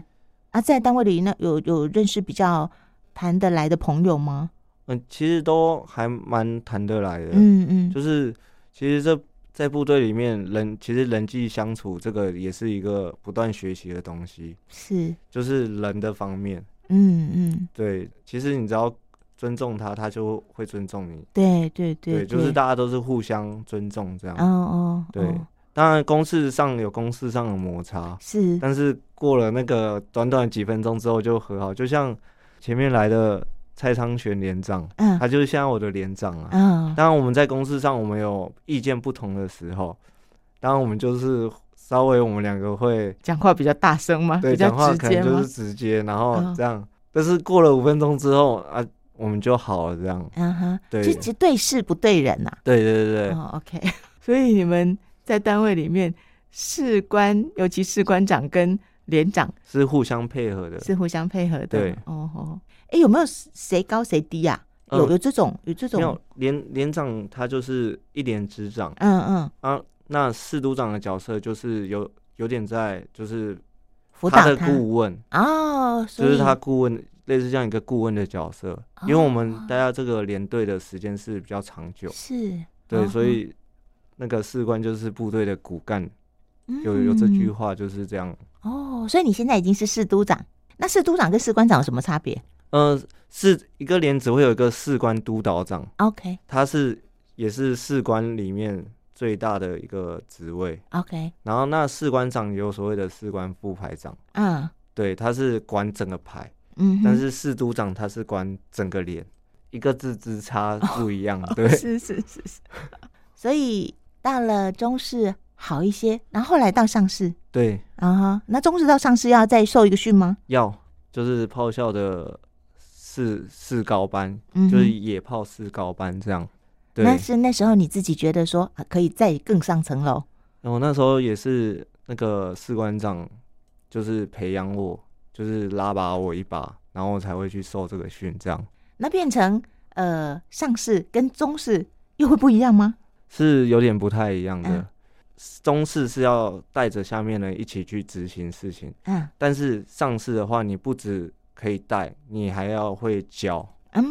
[SPEAKER 1] 啊，在单位里那有有认识比较谈得来的朋友吗？
[SPEAKER 2] 嗯，其实都还蛮谈得来的。
[SPEAKER 1] 嗯嗯，
[SPEAKER 2] 就是其实这在部队里面人，其实人际相处这个也是一个不断学习的东西，
[SPEAKER 1] 是，
[SPEAKER 2] 就是人的方面。
[SPEAKER 1] 嗯嗯。
[SPEAKER 2] 对，其实你只要尊重他，他就会尊重你。
[SPEAKER 1] 对对对，
[SPEAKER 2] 对，就是大家都是互相尊重这样。
[SPEAKER 1] 哦哦，
[SPEAKER 2] 对
[SPEAKER 1] 哦
[SPEAKER 2] 当然，公事上有公事上的摩擦，
[SPEAKER 1] 是，
[SPEAKER 2] 但是过了那个短短几分钟之后就和好。就像前面来的蔡昌全连长，
[SPEAKER 1] 嗯
[SPEAKER 2] 他就是现在我的连长啊。
[SPEAKER 1] 嗯，
[SPEAKER 2] 当然我们在公事上我们有意见不同的时候，当然我们就是稍微我们两个会
[SPEAKER 1] 讲话比较大声吗？
[SPEAKER 2] 对
[SPEAKER 1] 啊比较
[SPEAKER 2] 讲话
[SPEAKER 1] 直
[SPEAKER 2] 可
[SPEAKER 1] 接
[SPEAKER 2] 能就
[SPEAKER 1] 吗
[SPEAKER 2] 是？直接，
[SPEAKER 1] 嗯
[SPEAKER 2] 然后这样。但是过了五分钟之后啊，我们就好了这样。
[SPEAKER 1] 嗯哼，
[SPEAKER 2] 对
[SPEAKER 1] 就只对事不对人呐。
[SPEAKER 2] 对对对对，
[SPEAKER 1] 哦，OK，所 (laughs) 以你们在单位里面，士官，尤其士官长跟连长
[SPEAKER 2] 是互相配合的。
[SPEAKER 1] 是互相配合的。
[SPEAKER 2] 对
[SPEAKER 1] 哦哦，哎，有没有谁高谁低呀？有
[SPEAKER 2] 嗯
[SPEAKER 1] 有这种有这
[SPEAKER 2] 没
[SPEAKER 1] 种
[SPEAKER 2] 有，连连长他就是一连之长
[SPEAKER 1] 嗯嗯，
[SPEAKER 2] 啊，那四督长的角色就是有有点在就是
[SPEAKER 1] 辅
[SPEAKER 2] 他
[SPEAKER 1] 导
[SPEAKER 2] 的
[SPEAKER 1] 他
[SPEAKER 2] 顾问，
[SPEAKER 1] 哦，所
[SPEAKER 2] 就是
[SPEAKER 1] 以
[SPEAKER 2] 他顾问，类似像一个顾问的角色，因为我们
[SPEAKER 1] 哦
[SPEAKER 2] 待在这个连队的时间是比较长久，
[SPEAKER 1] 是
[SPEAKER 2] 对，所
[SPEAKER 1] 嗯
[SPEAKER 2] 以那个士官就是部队的骨干，有有这
[SPEAKER 1] 嗯
[SPEAKER 2] 句话就是这样。
[SPEAKER 1] 哦，所以你现在已经是士督长，那士督长跟士官长有什么差别
[SPEAKER 2] 嗯，是一个连只会有一个士官督导长，
[SPEAKER 1] ？OK
[SPEAKER 2] 他是也是士官里面最大的一个职位，
[SPEAKER 1] OK，
[SPEAKER 2] 然后那士官长也有所谓的士官副排长，
[SPEAKER 1] 嗯
[SPEAKER 2] 对，他是管整个排。
[SPEAKER 1] 嗯哼，
[SPEAKER 2] 但是士督长他是管整个连，一个字之差不一样，
[SPEAKER 1] (laughs)
[SPEAKER 2] 对，
[SPEAKER 1] 是是是是。所以到了中式好一些，然后后来到上市
[SPEAKER 2] 对，
[SPEAKER 1] 啊哈，那中式到上市要再受一个训吗？
[SPEAKER 2] 要就是炮校的士士高班，
[SPEAKER 1] 嗯哼
[SPEAKER 2] 就是野炮士高班这样。对，
[SPEAKER 1] 那是那时候你自己觉得说啊，可以再更上层楼
[SPEAKER 2] 然后那时候也是那个士官长，就是培养我，就是拉拔我一把，然后我才会去受这个训，这样
[SPEAKER 1] 那变成呃上市跟中式又会不一样吗？
[SPEAKER 2] 是有点不太一样的。
[SPEAKER 1] 嗯
[SPEAKER 2] 中士是要带着下面人一起去执行事情，
[SPEAKER 1] 嗯
[SPEAKER 2] 但是上市的话，你不只可以带，你还要会教，
[SPEAKER 1] 嗯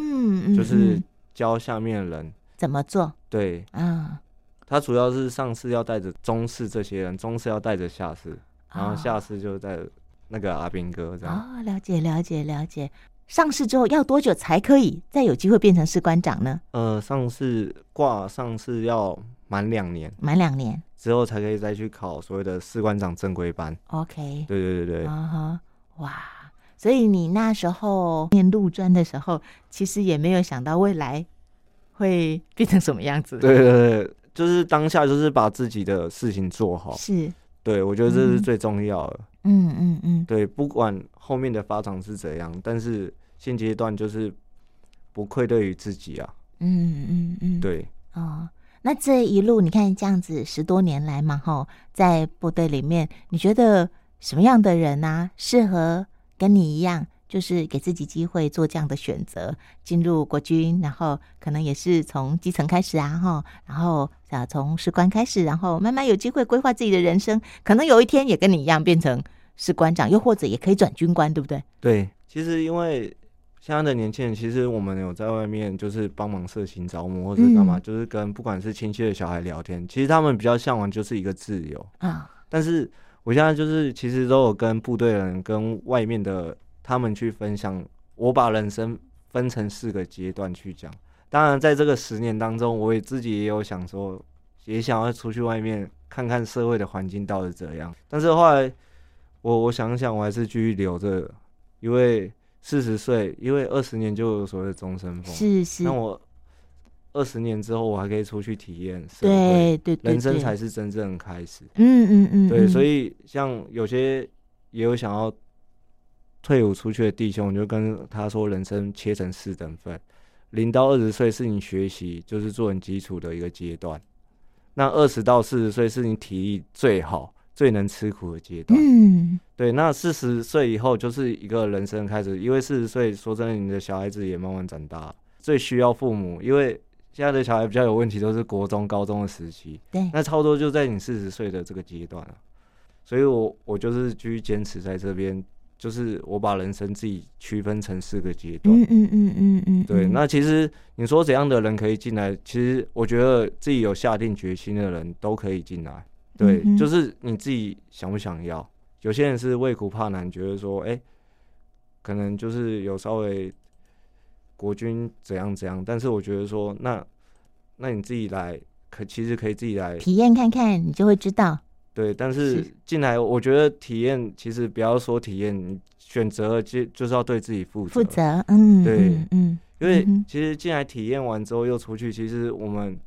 [SPEAKER 1] 嗯，
[SPEAKER 2] 就是
[SPEAKER 1] 嗯
[SPEAKER 2] 教下面的人。
[SPEAKER 1] 怎么做
[SPEAKER 2] 对
[SPEAKER 1] 啊？
[SPEAKER 2] 他主要是上市要带着中式这些人，中式要带着下市。然后啊
[SPEAKER 1] 哦
[SPEAKER 2] 下次就在那个阿兵哥这样。
[SPEAKER 1] 哦，了解了解了解。上市之后要多久才可以再有机会变成士官长呢？
[SPEAKER 2] 呃，上次挂上次要满两年
[SPEAKER 1] 满两年。
[SPEAKER 2] 之后才可以再去考所谓的士官长正规班。
[SPEAKER 1] OK，
[SPEAKER 2] 对对对对，
[SPEAKER 1] 啊哈，哇！所以你那时候念陆专的时候，其实也没有想到未来会变成什么样子。
[SPEAKER 2] 对对对，就是当下就是把自己的事情做好，
[SPEAKER 1] 是，
[SPEAKER 2] 对我觉得这是
[SPEAKER 1] 嗯
[SPEAKER 2] 最重要的。
[SPEAKER 1] 嗯嗯嗯，
[SPEAKER 2] 对，不管后面的发展是怎样，但是现阶段就是不愧对于自己啊。
[SPEAKER 1] 嗯嗯嗯，
[SPEAKER 2] 对，
[SPEAKER 1] 哦。那这一路你看这样子十多年来嘛，哈，在部队里面，你觉得什么样的人啊，适合跟你一样，就是给自己机会做这样的选择，进入国军，然后可能也是从基层开始啊，哈，然后啊从士官开始，然后慢慢有机会规划自己的人生，可能有一天也跟你一样变成士官长，又或者也可以转军官，对不对？
[SPEAKER 2] 对，其实因为现在的年轻人，其实我们有在外面就是帮忙社情招募或者干嘛，
[SPEAKER 1] 嗯
[SPEAKER 2] 就是跟不管是亲戚的小孩聊天，其实他们比较向往就是一个自由。
[SPEAKER 1] 啊、
[SPEAKER 2] 但是我现在就是其实都有跟部队人跟外面的他们去分享，我把人生分成四个阶段去讲。当然，在这个十年当中，我也自己也有想说，也想要出去外面看看社会的环境到底怎样。但是后来我我想想，我还是继续留着，因为四十岁，因为二十年就有所谓的终身风。
[SPEAKER 1] 是是
[SPEAKER 2] 哦那，我二十年之后，我还可以出去体验社会，
[SPEAKER 1] 对对对，
[SPEAKER 2] 人生
[SPEAKER 1] 对
[SPEAKER 2] 才是真正开始。
[SPEAKER 1] 嗯嗯嗯，
[SPEAKER 2] 对，所
[SPEAKER 1] 以
[SPEAKER 2] 以像有些也有想要退伍出去的弟兄，我就跟他说，人生切成四等份，零到二十岁是你学习就是做很基础的一个阶段，那二十到四十岁是你体力最好、最能吃苦的阶段。
[SPEAKER 1] 嗯。
[SPEAKER 2] 对，那四十岁以后就是一个人生开始，因为四十岁说真的，你的小孩子也慢慢长大，最需要父母，因为。现在的小孩比较有问题，都是国中、高中的时期，
[SPEAKER 1] (laughs) 对，
[SPEAKER 2] 那差不多就在你四十岁的这个阶段了、啊所以我我就是继续坚持在这边，就是我把人生自己区分成四个阶段。
[SPEAKER 1] 嗯嗯嗯嗯嗯，
[SPEAKER 2] 对，
[SPEAKER 1] 嗯
[SPEAKER 2] 那其实你说怎样的人可以进来？其实我觉得自己有下定决心的人都可以进来。对，
[SPEAKER 1] 嗯哼
[SPEAKER 2] 就是你自己想不想要。有些人是畏苦怕难，觉得说，哎、可能就是有稍微国军怎样怎样，但是我觉得说，那那你自己来，可其实可以自己来
[SPEAKER 1] 体验看看，你就会知道。
[SPEAKER 2] 对，但是
[SPEAKER 1] 是
[SPEAKER 2] 进来，我觉得体验其实不要说体验，你选择就就是要对自己负责。
[SPEAKER 1] 负责，嗯，
[SPEAKER 2] 对
[SPEAKER 1] 嗯嗯，
[SPEAKER 2] 因为
[SPEAKER 1] 嗯哼
[SPEAKER 2] 其实进来体验完之后又出去，其实我们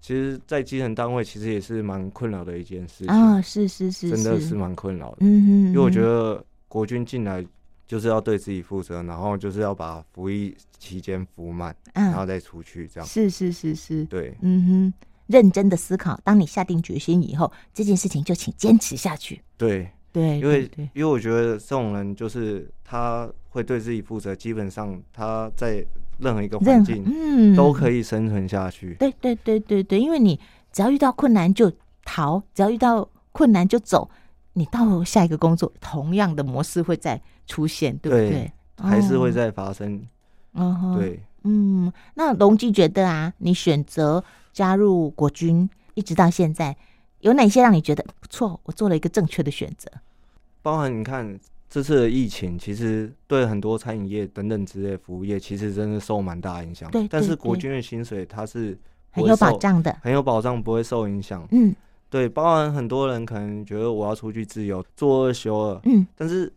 [SPEAKER 2] 其实，在基层单位其实也是蛮困扰的一件事情，
[SPEAKER 1] 啊，是是是，
[SPEAKER 2] 真的是，蛮困扰的。
[SPEAKER 1] 嗯哼，
[SPEAKER 2] 因为我觉
[SPEAKER 1] 嗯
[SPEAKER 2] 得国军进来就是要对自己负责，然后就是要把服役期间服满，然后
[SPEAKER 1] 哼，
[SPEAKER 2] 再出去
[SPEAKER 1] 嗯，
[SPEAKER 2] 这样。
[SPEAKER 1] 是是是是，
[SPEAKER 2] 对，
[SPEAKER 1] 嗯哼，认真的思考，当你下定决心以后，这件事情就请坚持下去。
[SPEAKER 2] 对，
[SPEAKER 1] 对，
[SPEAKER 2] 因为
[SPEAKER 1] 对对
[SPEAKER 2] 因为我觉得这种人就是他会对自己负责，基本上他在任何一个环
[SPEAKER 1] 任何
[SPEAKER 2] 境
[SPEAKER 1] 嗯
[SPEAKER 2] 都可以生存下去。
[SPEAKER 1] 对对对对对，因为你只要遇到困难就逃，只要遇到困难就走，你到下一个工作，同样的模式会再出现，对不
[SPEAKER 2] 对
[SPEAKER 1] 对？
[SPEAKER 2] 还是会
[SPEAKER 1] 哦，
[SPEAKER 2] 再发生。
[SPEAKER 1] 嗯哼，
[SPEAKER 2] 对，
[SPEAKER 1] 嗯，那龙基觉得啊，你选择加入国军一直到现在，有哪些让你觉得不错？我做了一个正确的选择。
[SPEAKER 2] 包含你看这次的疫情，其实对很多餐饮业等等之类服务业，其实真的受蛮大影响。
[SPEAKER 1] 对
[SPEAKER 2] 但
[SPEAKER 1] 对
[SPEAKER 2] 是国
[SPEAKER 1] 对
[SPEAKER 2] 军的薪水它是不
[SPEAKER 1] 很
[SPEAKER 2] 会
[SPEAKER 1] 有保
[SPEAKER 2] 受，
[SPEAKER 1] 障的，
[SPEAKER 2] 很有保障，不会受影响。
[SPEAKER 1] 嗯
[SPEAKER 2] 对，包含很多人可能觉得我要出去自由，做二休二，
[SPEAKER 1] 嗯，
[SPEAKER 2] 但是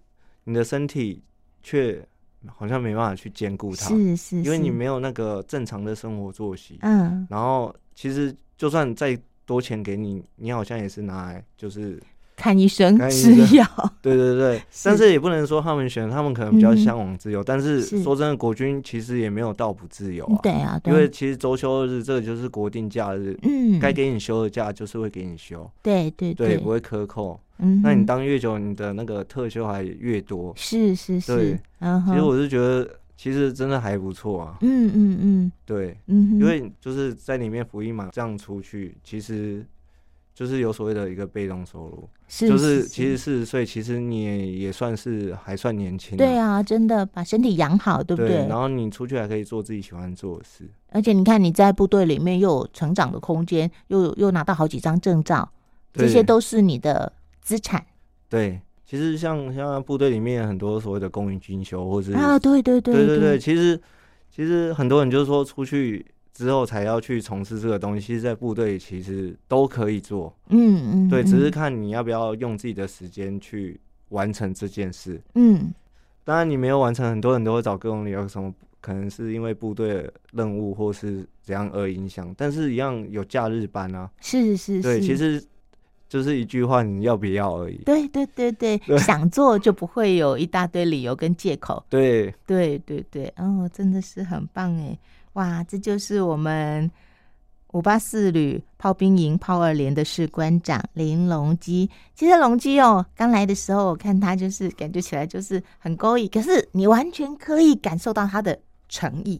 [SPEAKER 2] 你的身体却好像没办法去兼顾它。
[SPEAKER 1] 是是，
[SPEAKER 2] 因为你
[SPEAKER 1] 是
[SPEAKER 2] 没有那个正常的生活作息，
[SPEAKER 1] 嗯，
[SPEAKER 2] 然后其实就算再多钱给你，你好像也是拿来
[SPEAKER 1] (laughs)
[SPEAKER 2] 就是，
[SPEAKER 1] 看医生
[SPEAKER 2] (laughs) 看医
[SPEAKER 1] 吃
[SPEAKER 2] 生
[SPEAKER 1] 药，
[SPEAKER 2] 对对对，
[SPEAKER 1] 是嗯
[SPEAKER 2] 但是也不能说他们选，他们可能比较向往自由，但
[SPEAKER 1] 是
[SPEAKER 2] 是说真的，国军其实也没有到不自由啊，
[SPEAKER 1] 对啊，对
[SPEAKER 2] 因
[SPEAKER 1] 啊
[SPEAKER 2] 为其实周休二日这个就是国定假日，
[SPEAKER 1] 嗯，
[SPEAKER 2] 该给你休的假就是会给你休，
[SPEAKER 1] 对对
[SPEAKER 2] 对，不会克扣。
[SPEAKER 1] 嗯哼，
[SPEAKER 2] 那你当越久，你的那个特休还越多。
[SPEAKER 1] 是是是
[SPEAKER 2] 对，
[SPEAKER 1] 嗯
[SPEAKER 2] 其实
[SPEAKER 1] 哼，
[SPEAKER 2] 我是觉得，其实真的还不错啊，
[SPEAKER 1] 嗯嗯嗯
[SPEAKER 2] 对。
[SPEAKER 1] 嗯哼，
[SPEAKER 2] 因为就是在里面服役嘛，这样出去其实就是有所谓的一个被动收入，
[SPEAKER 1] 是
[SPEAKER 2] 就是其实四十岁，其实你也也算是还算年轻、
[SPEAKER 1] 对
[SPEAKER 2] 啊，
[SPEAKER 1] 啊，真的把身体养好，对不啊对？
[SPEAKER 2] 然后你出去还可以做自己喜欢做的事，
[SPEAKER 1] 而且你看你在部队里面又有成长的空间，又有又拿到好几张证照，这
[SPEAKER 2] 对
[SPEAKER 1] 些都是你的资产
[SPEAKER 2] 对，其实像像部队里面很多所谓的公营军修，或者是
[SPEAKER 1] 啊，对对对
[SPEAKER 2] 对对对，其实其实很多人就是说出去之后才要去从事这个东西，其实在部队其实都可以做，
[SPEAKER 1] 嗯嗯，
[SPEAKER 2] 对，
[SPEAKER 1] 嗯
[SPEAKER 2] 只是看你要不要用自己的时间去完成这件事。
[SPEAKER 1] 嗯
[SPEAKER 2] 当然你没有完成，很多人都会找各种理由，什么可能是因为部队的任务或是怎样而影响，但是一样有假日班啊，
[SPEAKER 1] 是是是，
[SPEAKER 2] 对，其实就是一句话，你要不要而已。
[SPEAKER 1] 对对对对，
[SPEAKER 2] 对
[SPEAKER 1] 想做就不会有一大堆理由跟借口。
[SPEAKER 2] 对，
[SPEAKER 1] 对对对，哦，真的是很棒哎！哇，这就是我们五八四旅炮兵营炮二连的士官长林隆基。其实隆基哦，刚来的时候我看他就是感觉起来就是很勾引，可是你完全可以感受到他的诚意，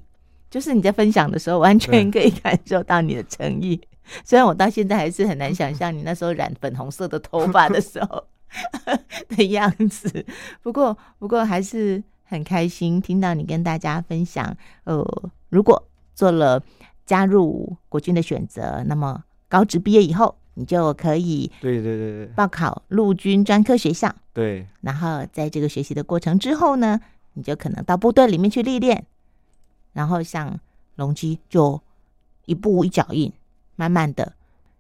[SPEAKER 1] 就是你在分享的时候完全可以感受到你的诚意。虽然我到现在还是很难想象你那时候染粉红色的头发的时候的样子，不过不过还是很开心听到你跟大家分享。呃，如果做了加入国军的选择，那么高职毕业以后，你就可以
[SPEAKER 2] 对对对对
[SPEAKER 1] 报考陆军专科学校。
[SPEAKER 2] 对
[SPEAKER 1] 然后在这个学习的过程之后呢，你就可能到部队里面去历练，然后像龙基就一步一脚印，慢慢的，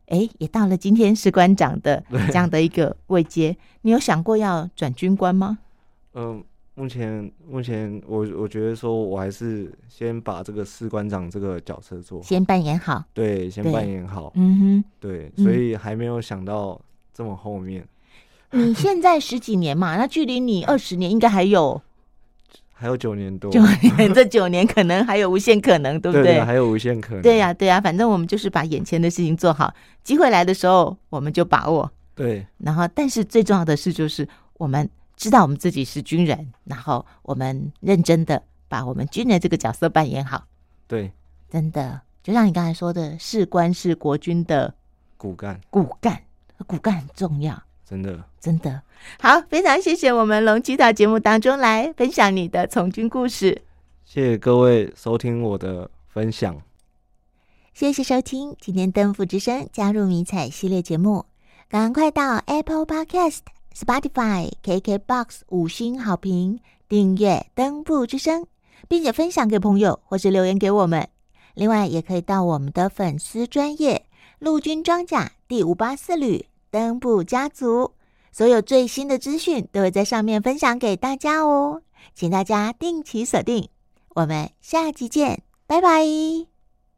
[SPEAKER 1] 哎，也到了今天士官长的这样的一个位阶。你有想过要转军官吗？
[SPEAKER 2] 嗯、目前目前我我觉得说我还是先把这个士官长这个角色做好，
[SPEAKER 1] 先扮演好，
[SPEAKER 2] 对，先
[SPEAKER 1] 对
[SPEAKER 2] 扮演好，
[SPEAKER 1] 嗯
[SPEAKER 2] 对，
[SPEAKER 1] 嗯
[SPEAKER 2] 所以还没有想到这么后面，
[SPEAKER 1] 哼，你现在十几年嘛，那距离你二十年应该还有
[SPEAKER 2] 还有九年多，
[SPEAKER 1] 九年， (laughs) 这九年可能还有无限可能，对不
[SPEAKER 2] 对还有无限可能，
[SPEAKER 1] 对呀、对呀、反正我们就是把眼前的事情做好，机会来的时候我们就把握。
[SPEAKER 2] 对
[SPEAKER 1] 然后，但是最重要的是，就是我们知道我们自己是军人，然后我们认真的把我们军人这个角色扮演好，
[SPEAKER 2] 对，
[SPEAKER 1] 真的就像你刚才说的，士官是国军的
[SPEAKER 2] 骨干
[SPEAKER 1] 骨干，骨干很重要，
[SPEAKER 2] 真的，
[SPEAKER 1] 真的。好，非常谢谢我们龙基到节目当中来分享你的从军故事，
[SPEAKER 2] 谢谢各位收听我的分享。
[SPEAKER 1] 谢谢收听今天登富之声加入迷彩系列节目，赶快到 Apple Podcast、Spotify、KKBox 五星好评订阅登富之声，并且分享给朋友或是留言给我们。另外，也可以到我们的粉丝专业陆军装甲第五八四旅登部家族，所有最新的资讯都会在上面分享给大家哦，请大家定期锁定。我们下期见，拜拜。